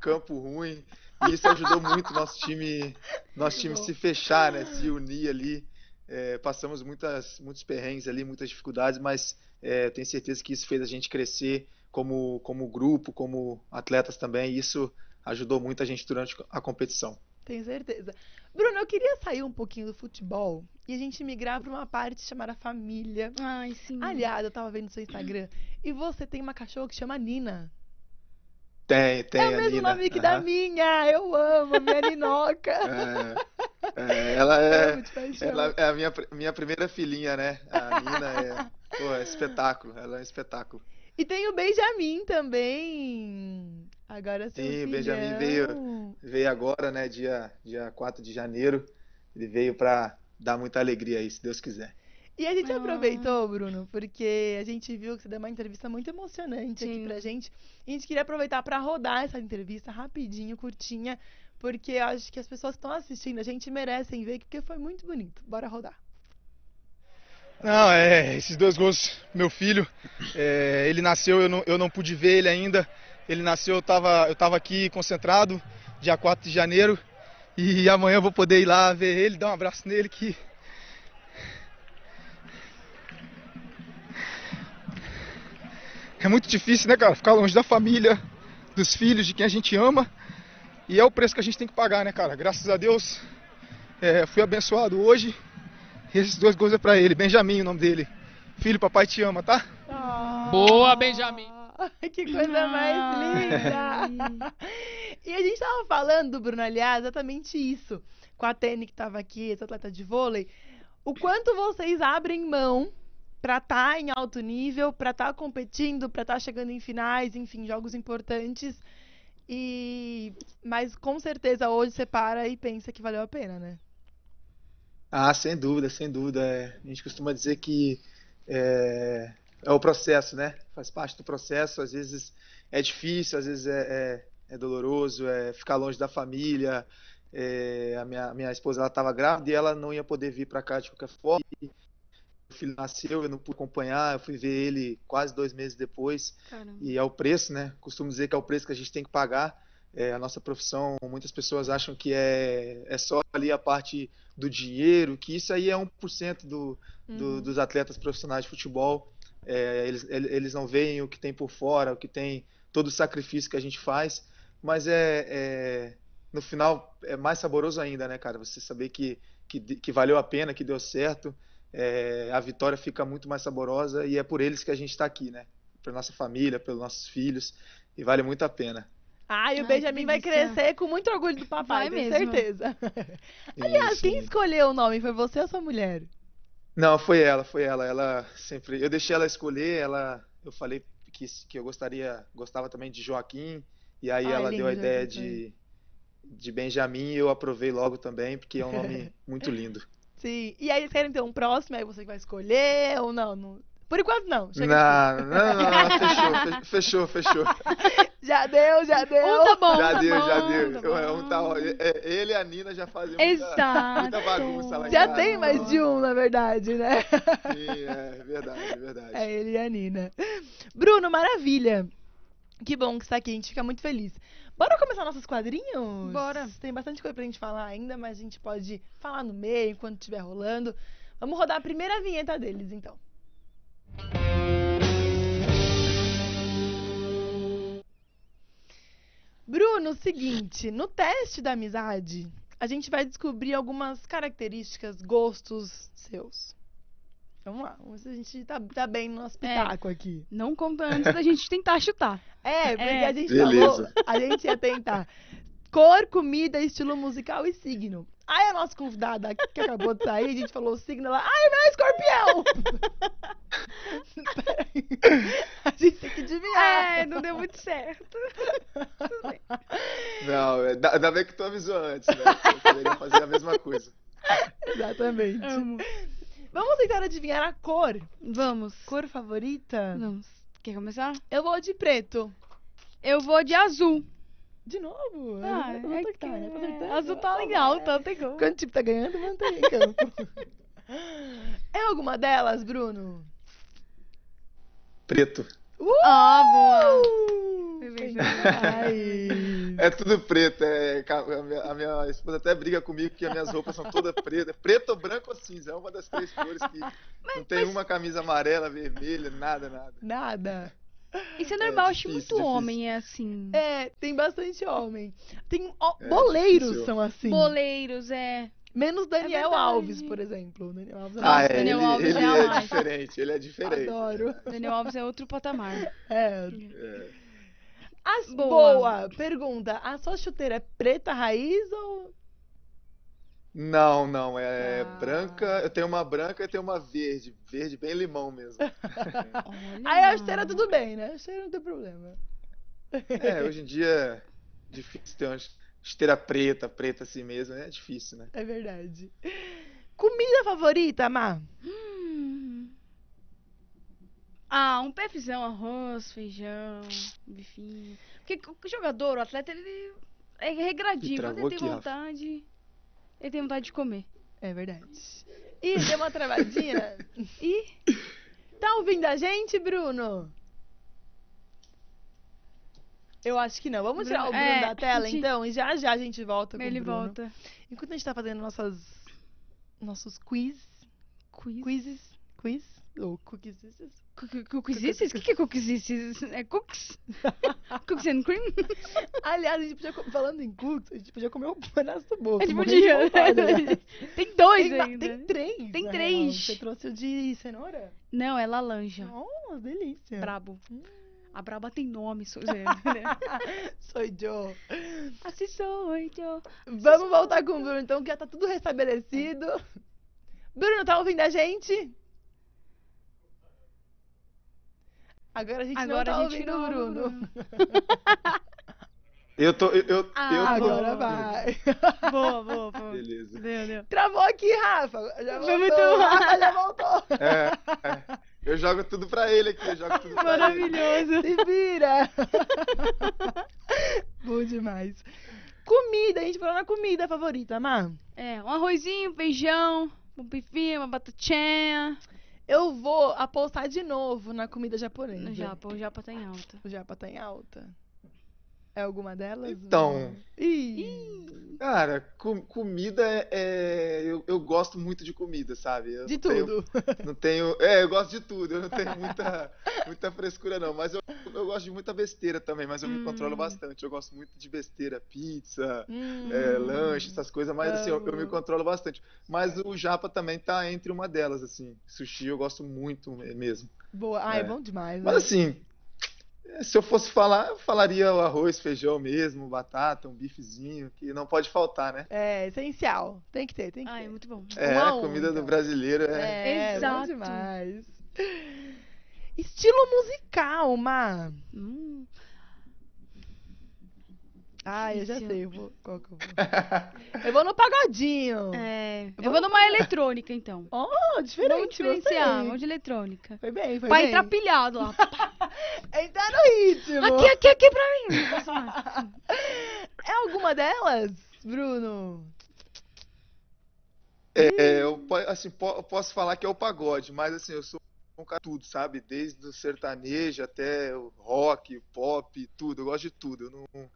campo ruim. E isso ajudou muito o nosso time, nosso time bom. se fechar, né? Se unir ali. É, passamos muitas, muitos perrengues ali, muitas dificuldades, mas é, tenho certeza que isso fez a gente crescer como, como grupo, como atletas também, e isso ajudou muito a gente durante a competição. Tenho certeza. Bruno, eu queria sair um pouquinho do futebol e a gente migrar pra uma parte chamada família. Ai, sim. Aliás, eu tava vendo seu Instagram e você tem uma cachorra que chama Nina. Tem, tem, É o mesmo Nina. nome que da Aham. minha. Eu amo a minha Ninoca. É, é, ela é, Amo de paixão. Ela é a minha, minha primeira filhinha, né? A Nina é, pô, é espetáculo. Ela é um espetáculo. E tem o Benjamin também. Agora seu Sim, o filhão. Benjamin veio- Veio agora, né? Dia, dia 4 de janeiro. Ele veio pra dar muita alegria aí, se Deus quiser. E a gente Ah. aproveitou, Bruno, porque a gente viu que você deu uma entrevista muito emocionante aqui Sim. pra gente. E a gente queria aproveitar pra rodar essa entrevista rapidinho, curtinha, porque eu acho que as pessoas que estão assistindo, a gente merecem ver, porque foi muito bonito. Bora rodar. Não, é, esses dois gols, meu filho, é, ele nasceu, eu não, eu não pude ver ele ainda. Ele nasceu, eu tava, eu tava aqui concentrado, dia 4 de janeiro, e amanhã eu vou poder ir lá ver ele, dar um abraço nele que. É muito difícil, né, cara? Ficar longe da família, dos filhos, de quem a gente ama. E é o preço que a gente tem que pagar, né, cara? Graças a Deus, é, fui abençoado hoje. E esses dois gols é pra ele, Benjamin, o nome dele. Filho, papai te ama, tá? Ah. Boa, Benjamin. Que coisa mais linda! E a gente tava falando, Bruno, aliás, exatamente isso. Com a Tene que tava aqui, essa atleta de vôlei. O quanto vocês abrem mão pra estar em alto nível, pra estar competindo, pra estar chegando em finais, enfim, jogos importantes. E mas com certeza hoje você para e pensa que valeu a pena, né? Ah, sem dúvida, sem dúvida. É, A gente costuma dizer que é, é o processo, né? Faz parte do processo. Às vezes é difícil, às vezes é, é- é doloroso, é ficar longe da família. É, a minha, minha esposa ela estava grávida e ela não ia poder vir para cá de qualquer forma. E O filho nasceu, eu não pude acompanhar, eu fui ver ele quase dois meses depois. Caramba. E é o preço, né? Costumo dizer que é o preço que a gente tem que pagar. É, a nossa profissão, muitas pessoas acham que é, é só ali a parte do dinheiro, que isso aí é 1% do, do, Uhum. dos atletas profissionais de futebol. É, eles, ele- eles não veem o que tem por fora, o que tem, todo o sacrifício que a gente faz. Mas é, é- no final é mais saboroso ainda, né, cara? Você saber que, que, de- que valeu a pena, que deu certo. É, a vitória fica muito mais saborosa e é por eles que a gente está aqui, né? para nossa família, pelos nossos filhos, e vale muito a pena. Ah, e o Ai, que Benjamin vai delícia. crescer com muito orgulho do papai, Vai tenho mesmo. certeza. E, Aliás, Ah, quem sim. escolheu o nome? Foi você ou sua mulher? Não, foi ela, foi ela. Ela sempre. Eu deixei ela escolher, ela. Eu falei que, que eu gostaria, gostava também de Joaquim, e aí Ai, ela lindo, deu a ideia Joaquim, de, de Benjamin, e eu aprovei logo também, porque é um nome muito lindo. Sim. E aí eles querem ter um próximo, aí você que vai escolher ou não? não- Por enquanto não. Chega Não, não, não, não, fechou, fechou, fechou. assim. Já deu, já Um deu. tá bom, Já tá deu, bom, já tá deu. É bom. um tal- é- é- Ele e a Nina já fazem muita, Exato. tá muita bagunça lá em Já casa. tem mais de um, na verdade, né? Sim, é verdade, é verdade. É ele e a Nina. Bruno, maravilha. Que bom que você tá aqui, a gente fica muito feliz. Bora começar nossos quadrinhos? Bora. Tem bastante coisa pra gente falar ainda, mas a gente pode falar no meio, enquanto estiver rolando. Vamos rodar a primeira vinheta deles, então. Bruno, seguinte, no teste da amizade, a gente vai descobrir algumas características, gostos seus. Vamos lá, vamos ver se a gente tá, tá bem no nosso É. pitaco aqui. Não conta antes da gente tentar chutar. É, porque É. a gente Beleza. falou, a gente ia tentar cor, comida, estilo musical e signo. Aí a nossa convidada que acabou de sair, a gente falou o signo, ela, ai, o meu é escorpião! Peraí, a gente tem que adivinhar. É, não deu muito certo. Não, é- dá- ainda bem que tu avisou antes, né? Eu poderia fazer a mesma coisa. Exatamente. É. Vamos tentar adivinhar a cor. Vamos. Cor favorita? Vamos. Quer começar? Eu vou de preto. Eu vou de azul. De novo? Ah, Eu vou é acertar, que- eu tô acertando. Azul tá legal, tá legal. Quando o time tá ganhando, mantém em campo. É alguma delas, Bruno? Preto. Ah, boa. Uh, Foi quem bem mais? É tudo preto. é- ca- a, minha, a minha esposa até briga comigo que as minhas roupas são todas pretas. Preto, branco ou cinza. É uma das três cores que não tem uma camisa amarela, vermelha, nada, nada. Nada. Isso é normal, acho que muito difícil, difícil. homem é assim. É, tem bastante homem. Tem ó, É, boleiros difícil. são assim. Boleiros, é. Menos Daniel verdade. Alves, por exemplo. Daniel Alves é Ah, bastante- é, ele, Daniel Alves ele é a é mais. diferente, ele é diferente. Adoro. Daniel Alves é outro patamar. É. É. As boa. Boa. Pergunta: a sua chuteira é preta raiz ou Não, não, é Ah. branca. Eu tenho uma branca e tenho uma verde. Verde bem limão mesmo. Aí Ah. a esteira tudo bem, né? A esteira não tem problema. É, hoje em dia é difícil ter uma esteira preta, preta assim mesmo, né? É difícil, né? É verdade. Comida favorita, Má? Hum. Ah, um PFzão, arroz, feijão, um bifinho. Porque o o jogador, o atleta, ele é Ih, regradinho. Quando ele travou tem aqui, Rafa. vontade, ele tem vontade de comer. É verdade. Ih, deu uma travadinha. E Tá ouvindo a gente, Bruno? Eu acho que não. Vamos tirar o Bruno- Bruno é, da tela, sim. então, e já já a gente volta Tá com ele o Bruno. volta. Enquanto a gente tá fazendo nossas, nossos quiz, Quiz. quizzes, quiz, ou cookies, Cookisices? O que que é cookisices? É cooks? Cooks and cream? Aliás, a gente podia, co- falando em cookies, a gente podia comer um pedaço do bolo. A gente tô morrendo de podia. vontade, aliás. É Tem dois Tem, ba- ainda. tem três. Tem na três. real. Você trouxe o de cenoura? Não, é laranja. Nossa, delícia. Brabo. Hum. A braba tem nome, Suzane. Sou Joe. Assim sou eu. Vamos voltar com o Bruno, então, que já tá tudo restabelecido. Bruno, tá ouvindo a gente? Agora a gente Agora não tá a gente ouvindo não, o Bruno. Bruno. Eu tô. Eu, eu, Ah, eu tô- Agora vai. Boa, boa, boa. Beleza. Deu, deu. Travou aqui, Rafa. Já Vamos voltou. então. Rafa já voltou. É, é. Eu jogo tudo pra ele aqui, eu jogo tudo pra ele. Maravilhoso. Se vira. Bom demais. Comida, a gente falou na comida favorita, Mar. É, um arrozinho, um feijão, um bifinho, uma batatinha. Eu vou apostar de novo na comida japonesa. No Japa, o Japa tá em alta. O japa tá em alta. É alguma delas? Então. Ih, Cara, com- comida é. é- eu, eu gosto muito de comida, sabe? Eu de não tenho- tudo. não tenho. É, eu gosto de tudo. Eu não tenho muita, muita frescura, não. Mas eu, eu gosto de muita besteira também, mas eu me Hum. controlo bastante. Eu gosto muito de besteira, pizza, Hum. é, lanche, essas coisas, mas assim, eu, eu me amo. controlo bastante. Mas o japa também tá entre uma delas, assim. Sushi eu gosto muito me- mesmo. Boa. Ai, é. É. bom demais. Mas né? assim, eh, se eu fosse falar, eu falaria o arroz, feijão mesmo, batata, um bifezinho, que não pode faltar, né? É essencial. Tem que ter, tem que Ai, ter. muito bom. É, Um a a um, comida do então. brasileiro é. É, bom Exato. demais. Estilo musical, Má. Hum, Ai, eu já Difícil. sei. eu vou- Qual que eu vou? eu vou no pagodinho. é, eu vou numa eletrônica, então. Oh, diferente. Vamos diferenciar, gostei. vamos de eletrônica. Foi bem, foi Pra bem. entrar pilhado lá. Entrar no ritmo. Aqui, aqui, aqui pra mim. Posso mais. É alguma delas, Bruno? É, eu po- assim, po- eu posso falar que é o pagode, mas assim, eu sou um cara de tudo, sabe? Desde o sertanejo até o rock, o pop, tudo. Eu gosto de tudo. Eu não,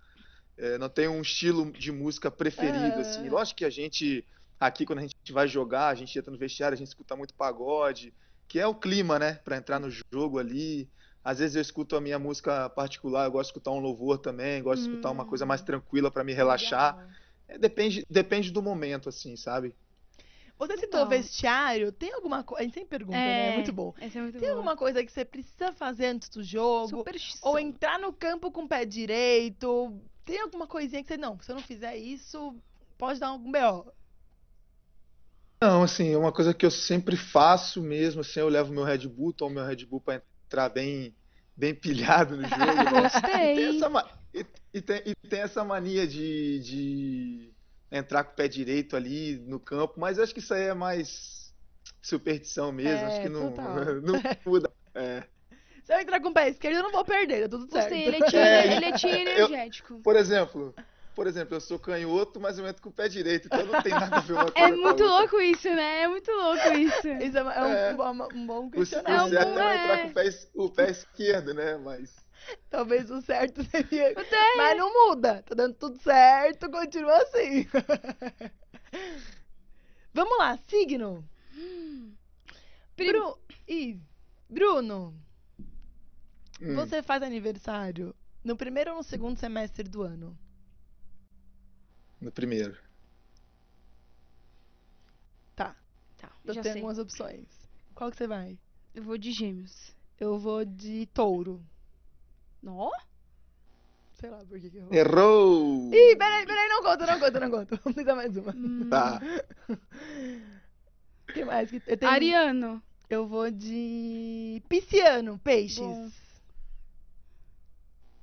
é, não tenho um estilo de música preferido, Ah. assim. Lógico que a gente, aqui quando a gente vai jogar, a gente entra no vestiário, a gente escuta muito pagode, que é o clima, né? Pra entrar no jogo ali. Às vezes eu escuto a minha música particular, eu gosto de escutar um louvor também, gosto de escutar uma coisa mais tranquila pra me relaxar. Legal. É, depende, depende do momento, assim, sabe? Você citou Legal. vestiário, tem alguma coisa. A gente sempre pergunta, né? É muito bom. Essa é muito Tem boa. alguma coisa que você precisa fazer antes do jogo? Superstição. Ou entrar no campo com o pé direito? Tem alguma coisinha que você. Não, se eu não fizer isso, pode dar algum B.O. Não, assim, é uma coisa que eu sempre faço mesmo, assim, eu levo meu Red Bull, tomo meu Red Bull pra entrar bem, bem pilhado no jogo. eu gosto. E tem Gostei. essa, ma- e, e tem, e tem essa mania de, de entrar com o pé direito ali no campo, mas acho que isso aí é mais superstição mesmo, acho É, que não, total. não muda. É. Se eu entrar com o pé esquerdo, eu não vou perder, tá tudo certo. Gostei, ele é tinha, É, ele é tinha energético. Por exemplo, por exemplo, eu sou canhoto, mas eu entro com o pé direito, então não tem nada a ver uma coisa É com a muito outra. louco isso, né? É muito louco isso. Isso é, uma- é um, É. uma- um bom O, o certo questionamento. Não, não é entrar é. com o pé, es- o pé esquerdo, né? Mas. Talvez o certo seria. é Mas não muda. Tá dando tudo certo, continua assim. Vamos lá, signo. Hum. Bru... Ih, Bruno, hum. você faz aniversário no primeiro ou no segundo semestre do ano? No primeiro. Tá, Tá, eu já tenho sei. algumas opções. Qual que você vai? Eu vou de gêmeos. Eu vou de touro. Nó? Sei lá por que que eu... Errou! Ih, peraí, peraí, não conta, não conta, não conta. Vamos tentar mais uma. Hum. Tá. O que mais? que- Eu, tenho- Ariano. eu vou de pisciano, peixes. Bom.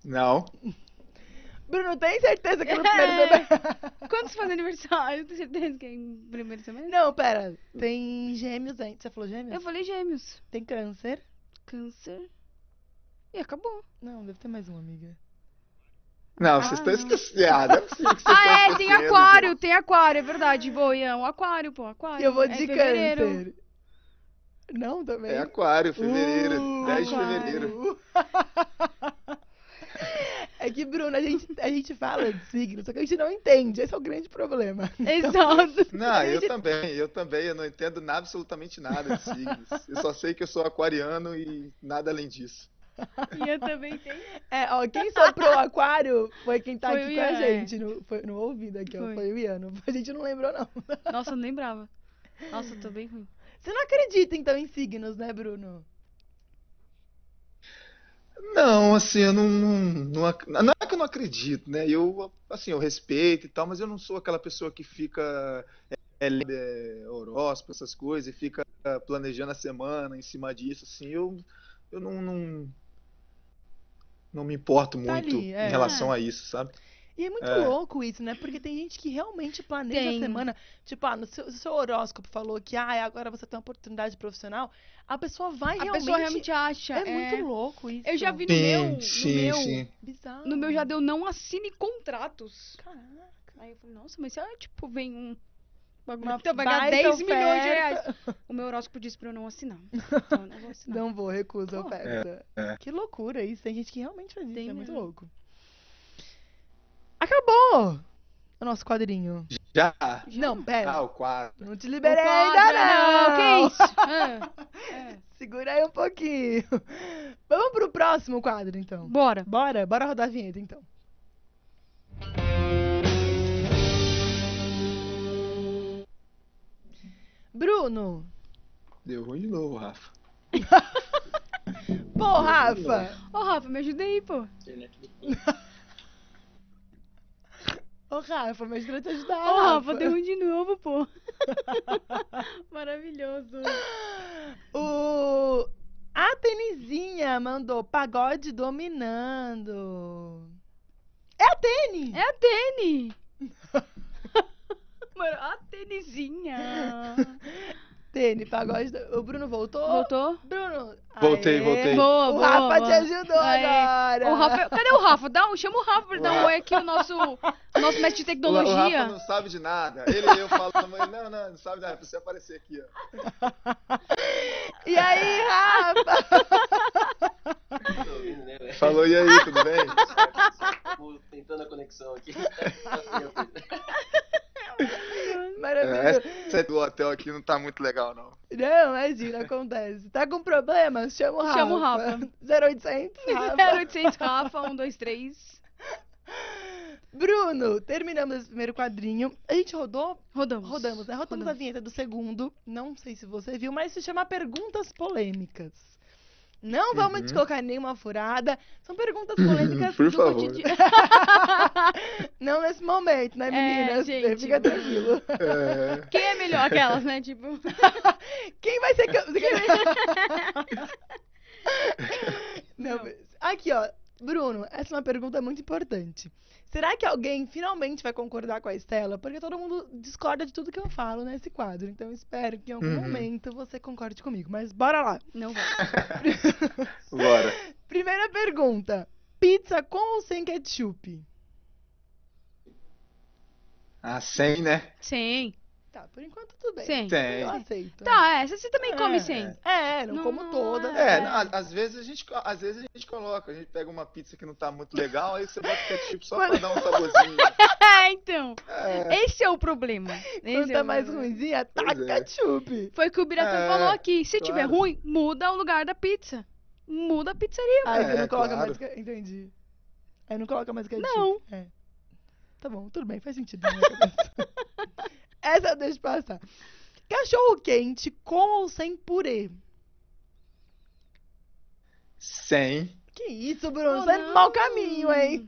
Não. Bruno, tem certeza que é no primeiro semestre? Quando você faz aniversário? Eu tenho certeza que é em primeiro semestre. Não, pera. Tem gêmeos antes. Você falou gêmeos? Eu falei gêmeos. Tem câncer. Câncer. E acabou. Não, deve ter mais uma, amiga. Não, Ah, vocês estão não. esquecendo. Ah, não é possível que vocês estão Ah, é, tem esquecendo, aquário, tem aquário, é verdade. Boa, Ian, o aquário, pô, aquário. eu vou É em de fevereiro. câncer. Não, também? gente. É aquário, fevereiro. Uh, 10 de aquário. fevereiro. É que, Bruno, a gente, a gente fala de signo, só que a gente não entende. Esse é o grande problema. Então. Exato. Não, eu também, eu também, eu não entendo nada, absolutamente nada de signos. Eu só sei que eu sou aquariano e nada além disso. Ian também tem. É, ó, quem soprou o aquário foi quem tá Foi aqui o com a Ian, é. gente, no, foi, no ouvido aqui, ó. Foi. Foi o Ian. não- A gente não lembrou, não. Nossa, eu não lembrava. Nossa, eu tô bem ruim. Você não acredita, então, em signos, né, Bruno? Não, assim, eu não, não, não ac- não é que eu não acredito, né? Eu, assim, eu respeito e tal, mas eu não sou aquela pessoa que fica é, é, lendo, é, horóscopo, essas coisas, e fica planejando a semana em cima disso, assim, eu, eu não, não, não me importo Tá muito ali, em é. relação a isso, sabe? E é muito É. louco isso, né? Porque tem gente que realmente planeja Tem. a semana. Tipo, ah, no seu, seu horóscopo falou que ah, agora você tem uma oportunidade profissional. A pessoa vai A realmente. pessoa realmente acha. É, muito louco isso. Eu já vi no meu, Sim, no sim, meu, sim. Bizarro. no meu já deu não assine contratos. Caraca. Aí eu falei, nossa, mas se ela, tipo, vem um bagulho Uma que tá pagar baita 10 milhões de reais. oferta. O meu horóscopo disse pra eu não assinar. Então eu não vou assinar. Não vou, recuso a Pô. oferta. É, é. Que loucura isso. Tem gente que realmente faz isso. Tem é muito mesmo. louco. Acabou o nosso quadrinho. Já, Não, É. pera. ah, o quadro. Não te O liberei quadro, ainda, não. Que é isso? Ah, é. Segura aí um pouquinho. Vamos pro próximo quadro, então. Bora. Bora, bora rodar a vinheta, então. Bruno. Deu ruim de novo, Rafa. Pô, Rafa. Ô, Rafa, me ajuda aí, pô. Ô, Rafa, me ajuda a te Ô, ajudar. Rafa, deu ruim de novo, pô. Maravilhoso. O... A Tenizinha mandou pagode dominando. É a Tênis! É a Tene. Mano, a Tenizinha. Tênis, pagode. do- O Bruno voltou? Voltou? Bruno! Voltei, Aê. voltei. Boa, O boa, Rafa boa. te ajudou Aê. agora! O Rafa, cadê o Rafa? Dá um, chama o Rafa pra ele dar um oi aqui, o nosso, o nosso mestre de O Ra- o tecnologia. Rafa não sabe de nada. Ele eu falo pra mãe, não, não, não sabe de nada. Precisa aparecer aqui, ó. E aí, Rafa? Falou, e aí, tudo bem? Tô tentando a conexão aqui. Maravilhoso. É, sair do hotel aqui não tá muito legal, não. Não, imagina, acontece. Tá com problema? Chama o Rafa. Chama o 0800 Rafa. 0800 Rafa, 1, 2, 3. Bruno, terminamos esse primeiro quadrinho. A gente rodou Rodamos. Rodamos, né? Rodamos a vinheta do segundo. Não sei se você viu, mas se chama Perguntas Polêmicas. Uhum. Não vamos te colocar em nenhuma furada. São perguntas polêmicas Por do favor. cotidiano. Não nesse momento, né, É, meninas? gente, Fica tranquilo. É, Quem é melhor? Aquelas, né? Tipo, Quem vai ser. cam- Não, Não. mas- Aqui, ó. Bruno, essa é uma pergunta muito importante. Será que alguém finalmente vai concordar com a Estela? Porque todo mundo discorda de tudo que eu falo nesse quadro. Então eu espero que em algum Uhum. momento você concorde comigo. Mas bora lá. não vai. bora. Primeira pergunta: pizza com ou sem ketchup? Ah, sem, né? Sem. Tá, por enquanto tudo bem. Sem. Tem. Eu aceito. Tá, essa você também come É. sem. É, não, Não, como não, todas. É, É. a- às vezes a gente, às vezes a gente coloca, a gente pega uma pizza que não tá muito legal, aí você bota ketchup só pra dar um saborzinho. É, então. É, Esse é o problema. Quando Esse é tá o mais problema. ruimzinha, tá né? Pois é. ketchup. Foi o que o Biratã É, falou aqui. Se tiver claro. ruim, muda o lugar da pizza. Muda a pizzaria. Aí É, você não coloca claro. mais. que- Entendi. Aí não coloca mais ketchup. Não. É. Tá bom, tudo bem, faz sentido. na minha cabeça. Essa eu deixo passar. Cachorro quente com ou sem purê? sem. Que isso, Bruno? Oh, Sai do mau não. caminho, hein?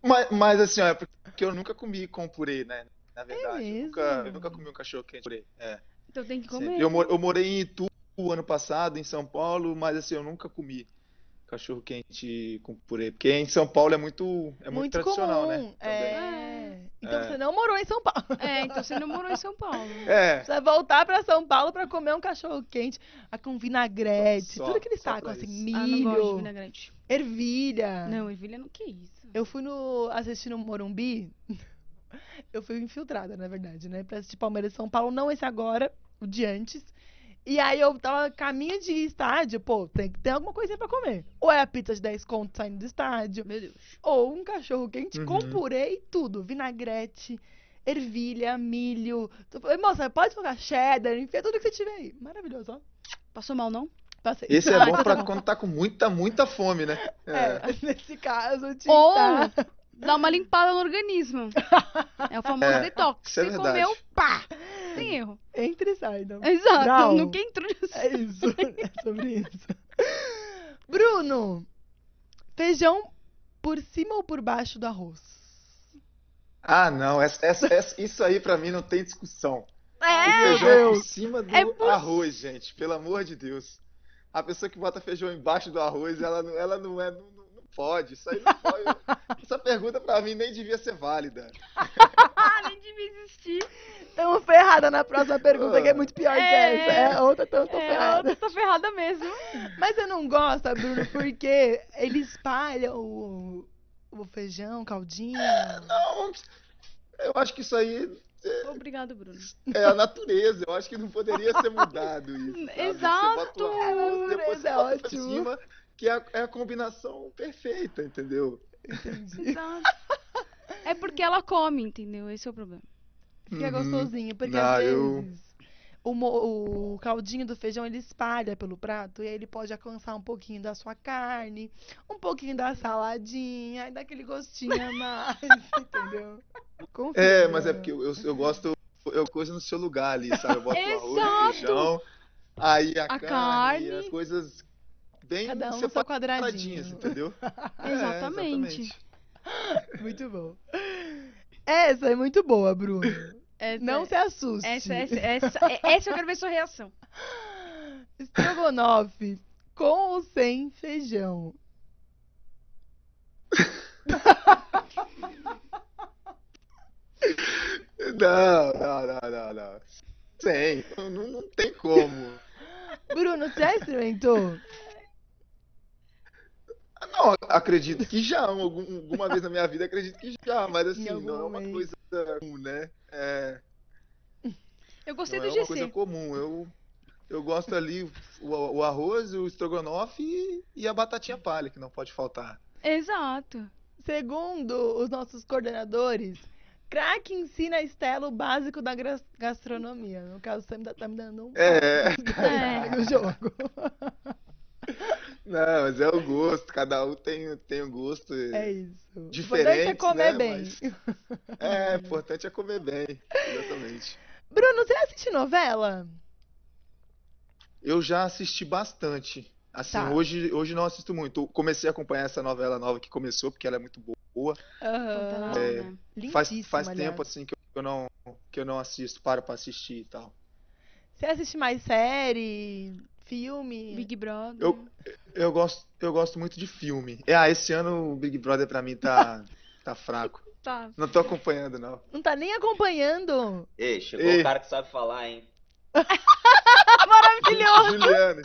Mas, mas assim, ó, é porque eu nunca comi com purê, né? Na verdade, eu, mesmo? nunca, eu nunca comi um cachorro quente com purê. É, Então tem que sempre. comer. Eu, mo- eu morei em Itu ano passado, em São Paulo, mas assim, eu nunca comi cachorro quente com purê. Porque em São Paulo é muito, é muito, tradicional, comum. né? Também. É. Então É. você não morou em São Paulo. É, então você não morou em São Paulo. É. Precisa voltar pra São Paulo pra comer um cachorro quente ah, com vinagrete, Só- tudo aquele só saco, pra assim, isso. Ah, não gosto de milho, vinagrete. ervilha. Não, ervilha não. Que isso? Eu fui no assistir no Morumbi. Eu fui infiltrada, na verdade, né? Pra assistir Palmeiras e São Paulo, não esse agora, o de antes. E aí eu tava a caminho de estádio, pô, tem que ter alguma coisinha pra comer. Ou é a pizza de 10 conto saindo do estádio, Meu Deus. ou um cachorro quente com Uhum. purê e tudo, vinagrete, ervilha, milho. Tu- Falei, Moça, pode colocar cheddar, enfia tudo que você tiver aí. Maravilhoso, ó. Passou mal, não? Passei. Esse é Ah, bom pra tá quando tá com muita, muita fome, né? É. É, nesse caso, tinha Ou que tá- dá uma limpada no organismo. É o famoso É, detox. isso é Você verdade. comeu, um pá! Tem erro. Entra e sai, não. Exato. Não. Nunca entrou nisso. É isso, é sobre isso. Bruno, feijão por cima ou por baixo do arroz? Ah, não, essa, essa- essa- isso aí pra mim não tem discussão. É, o feijão é por cima do É por- arroz, gente, pelo amor de Deus. A pessoa que bota feijão embaixo do arroz, ela, não- ela não é. Não, não- não pode, isso aí não pode. Essa pergunta pra mim nem devia ser válida. parem de me existir. Estamos ferrada na próxima pergunta, Ah. que é muito pior que É. essa. É, outra, então eu tô É, ferrada. eu tô ferrada mesmo. Mas você não gosta, Bruno, porque ele espalha o, o feijão, caldinho. Não, eu acho que isso aí Obrigado, Bruno. é a natureza, eu acho que não poderia ser mudado isso. sabe? Você bota Exato. o arroz, depois você É bota por ótimo. cima, que é a- é a combinação perfeita, entendeu? Entendi. Exato. É porque ela come, entendeu? Esse é o problema. Fica Uhum. é gostosinho, porque Não, às eu- vezes o, mo- o caldinho do feijão ele espalha pelo prato e aí ele pode alcançar um pouquinho da sua carne, um pouquinho da saladinha, e dá aquele gostinho a mais, entendeu? Confia, É, mas é Bruno. porque eu, eu, eu gosto, eu coisa no seu lugar ali, sabe? Eu boto o Exato! arroz, o feijão, aí a, A carne, carne. as coisas bem Cada um no seu é separadinhas, quadradinho. entendeu? É, Exatamente. Muito bom. Essa é muito boa, Bruno. Essa- Não se assuste. É, essa, essa, essa, é- essa eu quero ver sua reação. Estrogonofe com ou sem feijão? Não, não, não, não, não. Sem, não, não- não tem como. Bruno, você já experimentou? Ah, Não, acredito que já, algum- alguma vez na minha vida acredito que já, mas assim, algum não é uma momento. coisa comum, né? É, Eu não gostei é do uma coisa GC. comum. Eu, eu gosto ali o, o arroz, o estrogonofe e, e a batatinha palha, que não pode faltar. Exato. Segundo os nossos coordenadores, craque ensina a Estela o básico da gras- gastronomia. No caso, você me dá- tá me dando um É. é. no jogo. Não, mas é o gosto, cada um tem, tem um gosto. É isso. Diferentes, é comer né, bem. mas- É, o importante é comer bem, exatamente. Bruno, você assiste novela? Eu já assisti bastante. Assim, Tá. hoje, hoje não assisto muito. Eu comecei a acompanhar essa novela nova que começou, porque ela é muito boa. Pantanal, É. né? Faz, Lindíssima, faz aliás. tempo assim que eu não, que eu não assisto, paro pra assistir e tal. Você assiste mais série, filme? Big Brother. Eu- Eu gosto, eu gosto muito de filme. É, ah, esse ano o Big Brother pra mim tá, tá fraco. Tá. Não tô acompanhando, não. Não tá nem acompanhando? Ei, chegou Ei. o cara que sabe falar, hein? Juliano, Juliano.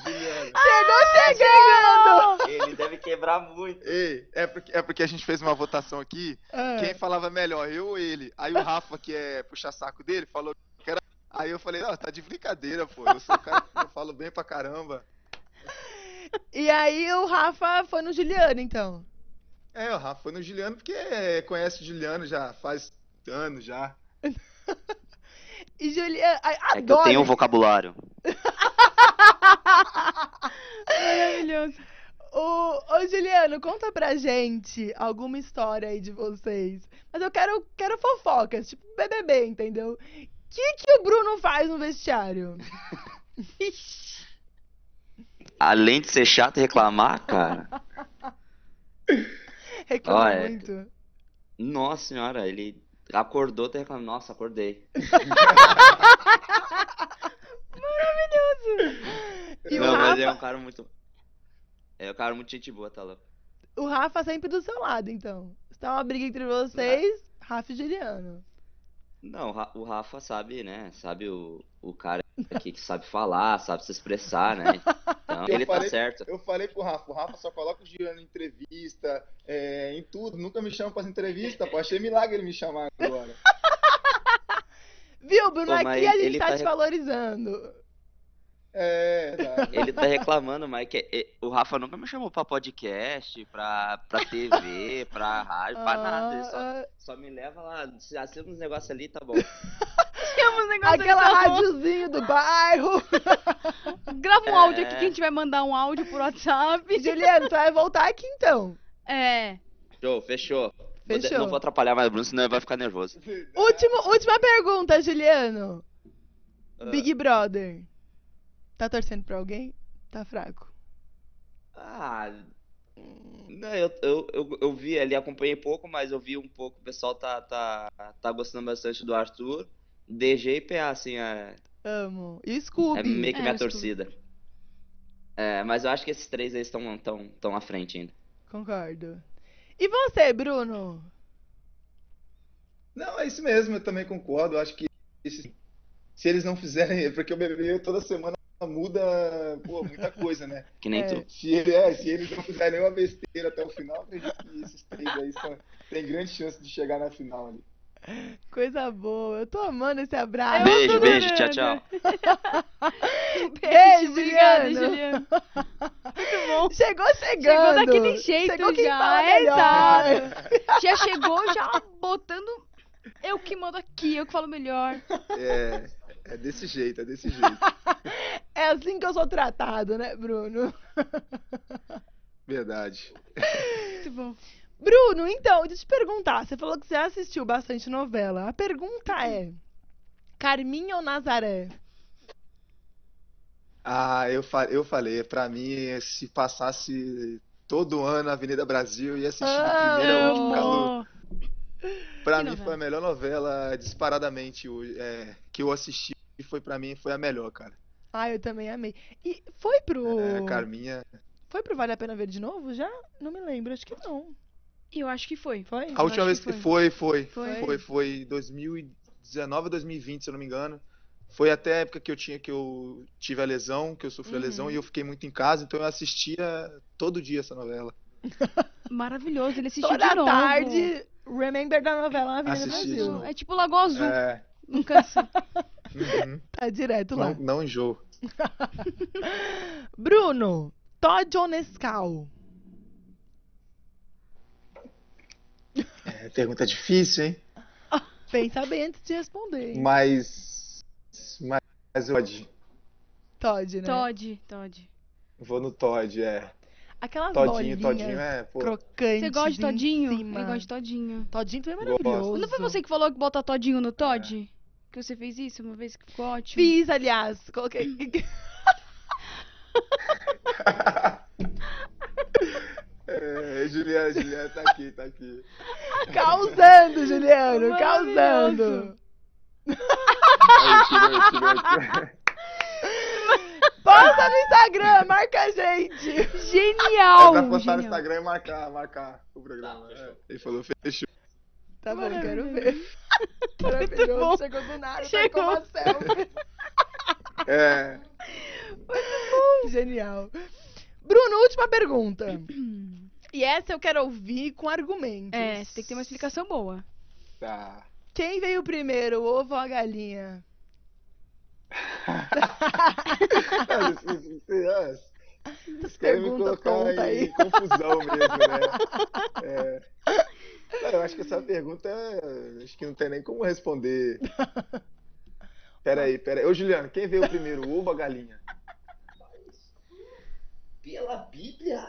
Ele deve quebrar muito. Ei, é porque, é porque a gente fez uma votação aqui. Ah, Quem falava melhor, eu ou ele? Aí o Rafa, que é puxa-saco dele, falou que era. Aí eu falei, ó, tá de brincadeira, pô. Eu sou um cara que eu falo bem pra caramba. E aí o Rafa foi no Juliano, então. É, o Rafa foi no Juliano porque é, conhece o Juliano já faz anos já. E Juliano... Ai, É que eu adoro tenho um isso. vocabulário. Maravilhoso. Ô, ô, Juliano, conta pra gente alguma história aí de vocês. Mas eu quero, quero fofocas, tipo BBB, entendeu? O que, que o Bruno faz no vestiário? Além de ser chato e reclamar, cara. Reclama Olha, muito. Nossa senhora, ele acordou, tá reclamando. Nossa, acordei. E o Não, mas Rafa, é um cara muito. É um cara muito gente boa, tá louco. o Rafa sempre do seu lado, então. Se tá uma briga entre vocês, Rafa e Juliano. Não, o Ra- o Rafa sabe, né? Sabe o, o cara aqui que sabe falar, sabe se expressar, né? Então, Eu ele tá falei- certo. Eu falei pro Rafa, o Rafa só coloca o Juliano em entrevista, é, em tudo, nunca me chama pras entrevistas, pô. Achei milagre ele me chamar agora. Viu, Bruno? Pô, mas aqui a gente ele tá te tá rec- valorizando. É, tá. Ele tá reclamando, mas que e- o Rafa nunca me chamou pra podcast, pra, pra TV, pra rádio, pra nada. Ele só, Ah, só me leva lá, se assina uns negócios ali, tá bom. Temos um negócio Aquela aqui, tá bom? rádiozinho do bairro. Grava um áudio aqui É. que a gente vai mandar um áudio por WhatsApp. Juliano, tu vai voltar aqui então. É. Show, fechou. Vou de- Fechou. Não vou atrapalhar mais o Bruno, senão ele vai ficar nervoso. Último, última pergunta, Juliano. Ah, Big Brother. Tá torcendo pra alguém? Tá fraco. Ah. Não, eu, eu, eu, eu vi ali, acompanhei pouco, mas eu vi um pouco, o pessoal tá, tá, tá gostando bastante do Arthur. DG e PA, assim, é, Amo. E o é Scooby? meio que É, minha acho que- torcida. É, mas eu acho que esses três aí estão tão, tão à frente ainda. É. Concordo. E você, Bruno? Não, é isso mesmo, eu também concordo. eu Acho que esses- se eles não fizerem, é porque o BBB toda semana muda, pô, muita coisa, né? Que nem É. tu. Se, ele- é, se eles não fizerem nenhuma besteira até o final, eu acredito que esses três aí são, tem grande chance de chegar na final ali. Coisa boa. Eu tô amando esse abraço. Ah, Beijo, tô beijo, tchau, adorando. tchau. Beijo, Obrigada, Juliano. Juliano. Muito bom. Chegou chegando. Chegou daquele jeito Chegou quem já, fala é, melhor. Já chegou já botando. Eu que mando aqui, eu que falo melhor. É, é desse jeito, é desse jeito. É assim que eu sou tratado, né, Bruno? Verdade. Muito bom. Bruno, então, deixa eu te perguntar. Você falou que você assistiu bastante novela. A Uhum. pergunta é: Carminha ou Nazaré? Ah, eu, fa- eu falei, pra mim, se passasse todo ano a Avenida Brasil, eu ia assistir Ah, de é primeira ao um último capítulo. Amor. Pra que mim novela? foi a melhor novela, disparadamente, hoje, é, que eu assisti e foi pra mim, foi a melhor, cara. Ah, eu também amei. E foi pro. É, Carminha. Foi pro Vale a Pena Ver de novo já? Não me lembro, acho que não. Eu acho que foi. Foi? A última vez acho que que foi, foi. Foi. Foi, foi 2019, 2020, se eu não me engano. Foi até a época que eu tinha que eu tive a lesão, que eu sofri a lesão Uhum. e eu fiquei muito em casa, então eu assistia todo dia essa novela. Maravilhoso, ele assistiu Toda de novo. tarde, Remember da novela na Avenida Assisti. Brasil. É tipo Lagoa Azul, É. não cansa. uhum. Tá direto lá. Não, não enjoo. Bruno, Todd ou Nescau? É, pergunta difícil, hein? Pensa bem antes de responder, hein? Mas. Mas, mas eu Todd. Todd, né? Todd, Todd. Vou no Todd, é. Aquelas Todinho, bolinhas Todinho, é. Pô, crocantes Você gosta de em Todinho? cima. Eu gosto de Todinho. Todinho também é Gosto. maravilhoso. Não foi você que falou que bota Todinho no Todd? Que você fez isso uma vez que ficou ótimo? Fiz, aliás. Coloquei... é, Juliana, Juliana tá aqui, tá aqui. causando, Juliano, Maravilhoso. causando. Aí, tirou, tirou, tirou. Posta no Instagram, marca a gente. É Genial! pra postar no genial. Instagram e marcar, marcar o programa. É. Ele falou, fechou. Tá bom, Maravilha. quero ver. Maravilhoso, bom. chegou do nada, Chegou. chegou. selfie. É. Genial. Bruno, última pergunta. E essa eu quero ouvir com argumentos. É, você tem que ter uma explicação boa. Tá. Quem veio primeiro, o ovo ou a galinha? Cara, Tá, isso- isso- isso- é, isso Essas Quer me perguntas colocar conta em aí. confusão mesmo, né? É. Cara, eu acho que essa pergunta é, acho que não tem nem como responder. Peraí, peraí. Ô, Juliano, quem veio primeiro, o ovo ou a galinha? Pela Bíblia?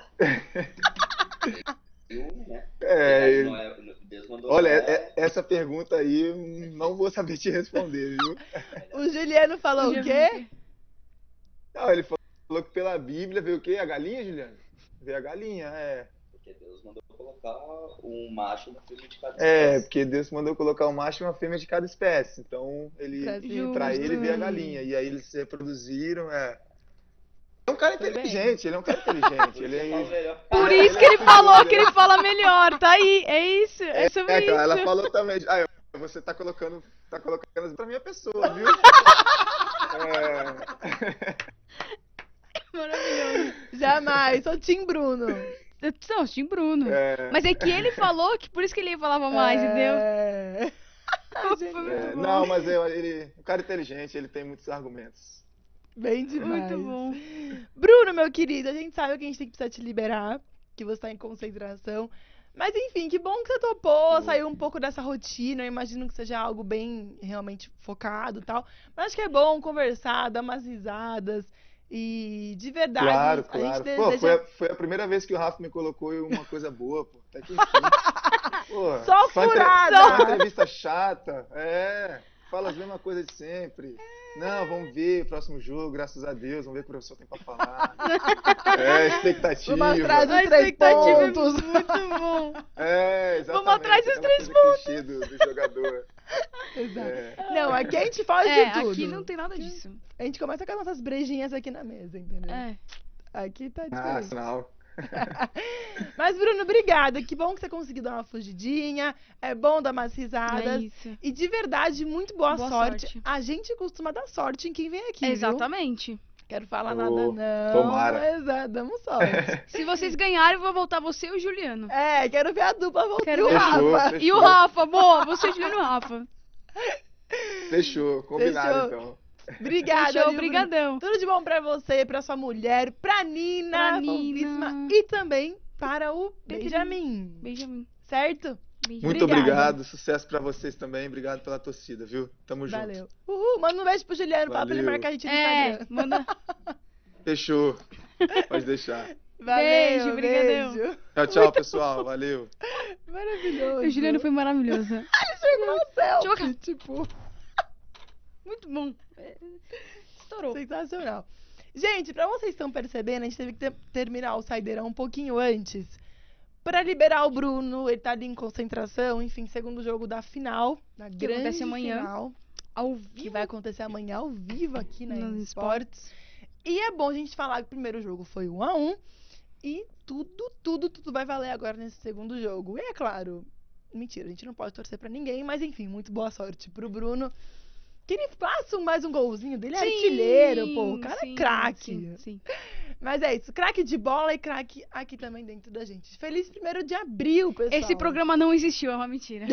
Eu, né? É, Não é- Deus mandou. olha, é- essa pergunta aí hum, não vou saber te responder, viu? O Juliano falou o quê? Não, ele falou que pela Bíblia veio o quê? A galinha, Juliano? Veio a galinha, é. Porque Deus mandou colocar um macho na fêmea de cada É, espécie. porque Deus mandou colocar o macho e uma fêmea de cada espécie. Então, ele Brasil. pra ele veio a Justo. galinha. E aí eles se reproduziram. É, é um cara Foi bem. inteligente, ele é um cara inteligente. ele Podia falar é... melhor. Por isso que ele falou que ele fala melhor, tá aí. É isso, é sobre É, isso. cara, ela falou também. Ah, você tá colocando, tá colocando pra minha pessoa, viu? É, Maravilhoso. Jamais, sou Tim Bruno. Eu- Não, Tim Bruno. é, Mas é que ele falou que por isso que ele falava mais, entendeu? É. Ai, gente, Foi é, muito bom. não, mas eu- ele, um cara inteligente, ele tem muitos argumentos. Bem é demais. Muito bom. Bruno, meu querido, a gente sabe que a gente tem que precisar te liberar, que você tá em concentração. Mas enfim, que bom que você topou, saiu um pouco dessa rotina. Eu imagino que seja algo bem realmente focado e tal. Mas acho que é bom conversar, dar umas risadas. E de verdade, Claro, a gente claro. deseja. Pô, foi a, foi a primeira vez que o Rafa me colocou em uma coisa boa, pô. Até que enfim. Pô, Só uma entre- furada. só uma entrevista chata. É. Fala as mesmas coisas de sempre. É. Não, vamos ver o próximo jogo, graças a Deus. Vamos ver o que o professor tem pra falar. É, expectativa. Vamos atrás A dos três expectativa é pontos. muito bom. É, exatamente. Vamos atrás dos aquela três coisa clichê Do, do jogador. Exato. É. Não, aqui a gente fala É, de tudo. aqui não tem nada disso. A gente começa com as nossas brejinhas aqui na mesa, entendeu? É. Aqui tá Ah, diferente. sinal. Mas, Bruno, obrigada. Que bom que você conseguiu dar uma fugidinha. É bom dar umas É risadas. isso. e de verdade, muito boa, Boa sorte. sorte. A gente costuma dar sorte em quem vem aqui. viu? Exatamente. Quero falar Ô, nada, não. tomara. Mas, damos sorte. Se vocês ganharem, eu vou voltar você e o Juliano. é, quero ver a dupla voltando. Quero ver. Fechou, Rafa. fechou. E o Rafa, boa, você e o Juliano e o Rafa. Fechou, combinado Fechou. então. Obrigada. viu, Fechou, Bruno? brigadão. Tudo de bom pra você, pra sua mulher, pra Nina, Pra Nina. fofíssima, e também para o Benjamin. Benjamin. Certo? Beijo. Muito Obrigada. obrigado, sucesso pra vocês também. Obrigado pela torcida, viu? Tamo junto. Valeu. Uhul, manda um beijo pro Juliano, fala pra ele Valeu. marcar a gente no É, Instagram. manda. Fechou. Pode deixar. Valeu, Beijo, brigadão. beijo. Tchau, tchau, pessoal. Valeu. Maravilhoso. O Juliano foi maravilhoso. Selfie, Tchau. tipo, Muito bom. Estourou. sensacional. Gente, pra vocês que estão percebendo, a gente teve que ter- terminar o Saideirão um pouquinho antes. Pra liberar o Bruno, ele tá ali em concentração, enfim, segundo jogo da final, da grande acontece amanhã. final, Ao que vivo. vai acontecer amanhã ao vivo aqui na Nos Esportes. E é bom a gente falar que o primeiro jogo foi 1 a 1 e tudo, tudo, tudo vai valer agora nesse segundo jogo. E é claro, mentira, a gente não pode torcer pra ninguém, mas enfim, muito boa sorte pro Bruno. Que ele faça um- mais um golzinho dele, é artilheiro, pô, o cara sim, é craque. Sim, sim. Mas é isso, craque de bola e craque aqui também dentro da gente. Feliz primeiro de abril, pessoal. Esse programa não existiu, é uma mentira.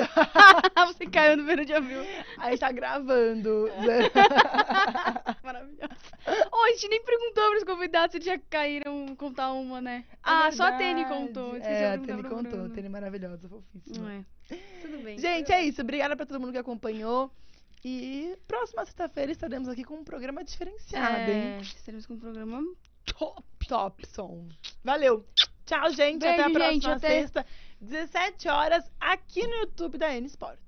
Você caiu no primeiro de abril. A gente tá gravando. Maravilhoso. Ô, a gente nem perguntou pros convidados se eles já caíram contar uma, né? ah, só a Tene contou. esqueci É, de a perguntar Tene pro contou, a Bruno. Tene maravilhosa, fofíssima. Não é. Tudo bem. Gente, é isso. Obrigada pra todo mundo que acompanhou. E próxima sexta-feira estaremos aqui com um programa diferenciado, hein? É, estaremos com um programa. Top, top som. Valeu. Tchau, gente. até a Beijo, próxima gente, até- sexta, 17 horas, aqui no YouTube da N Sport.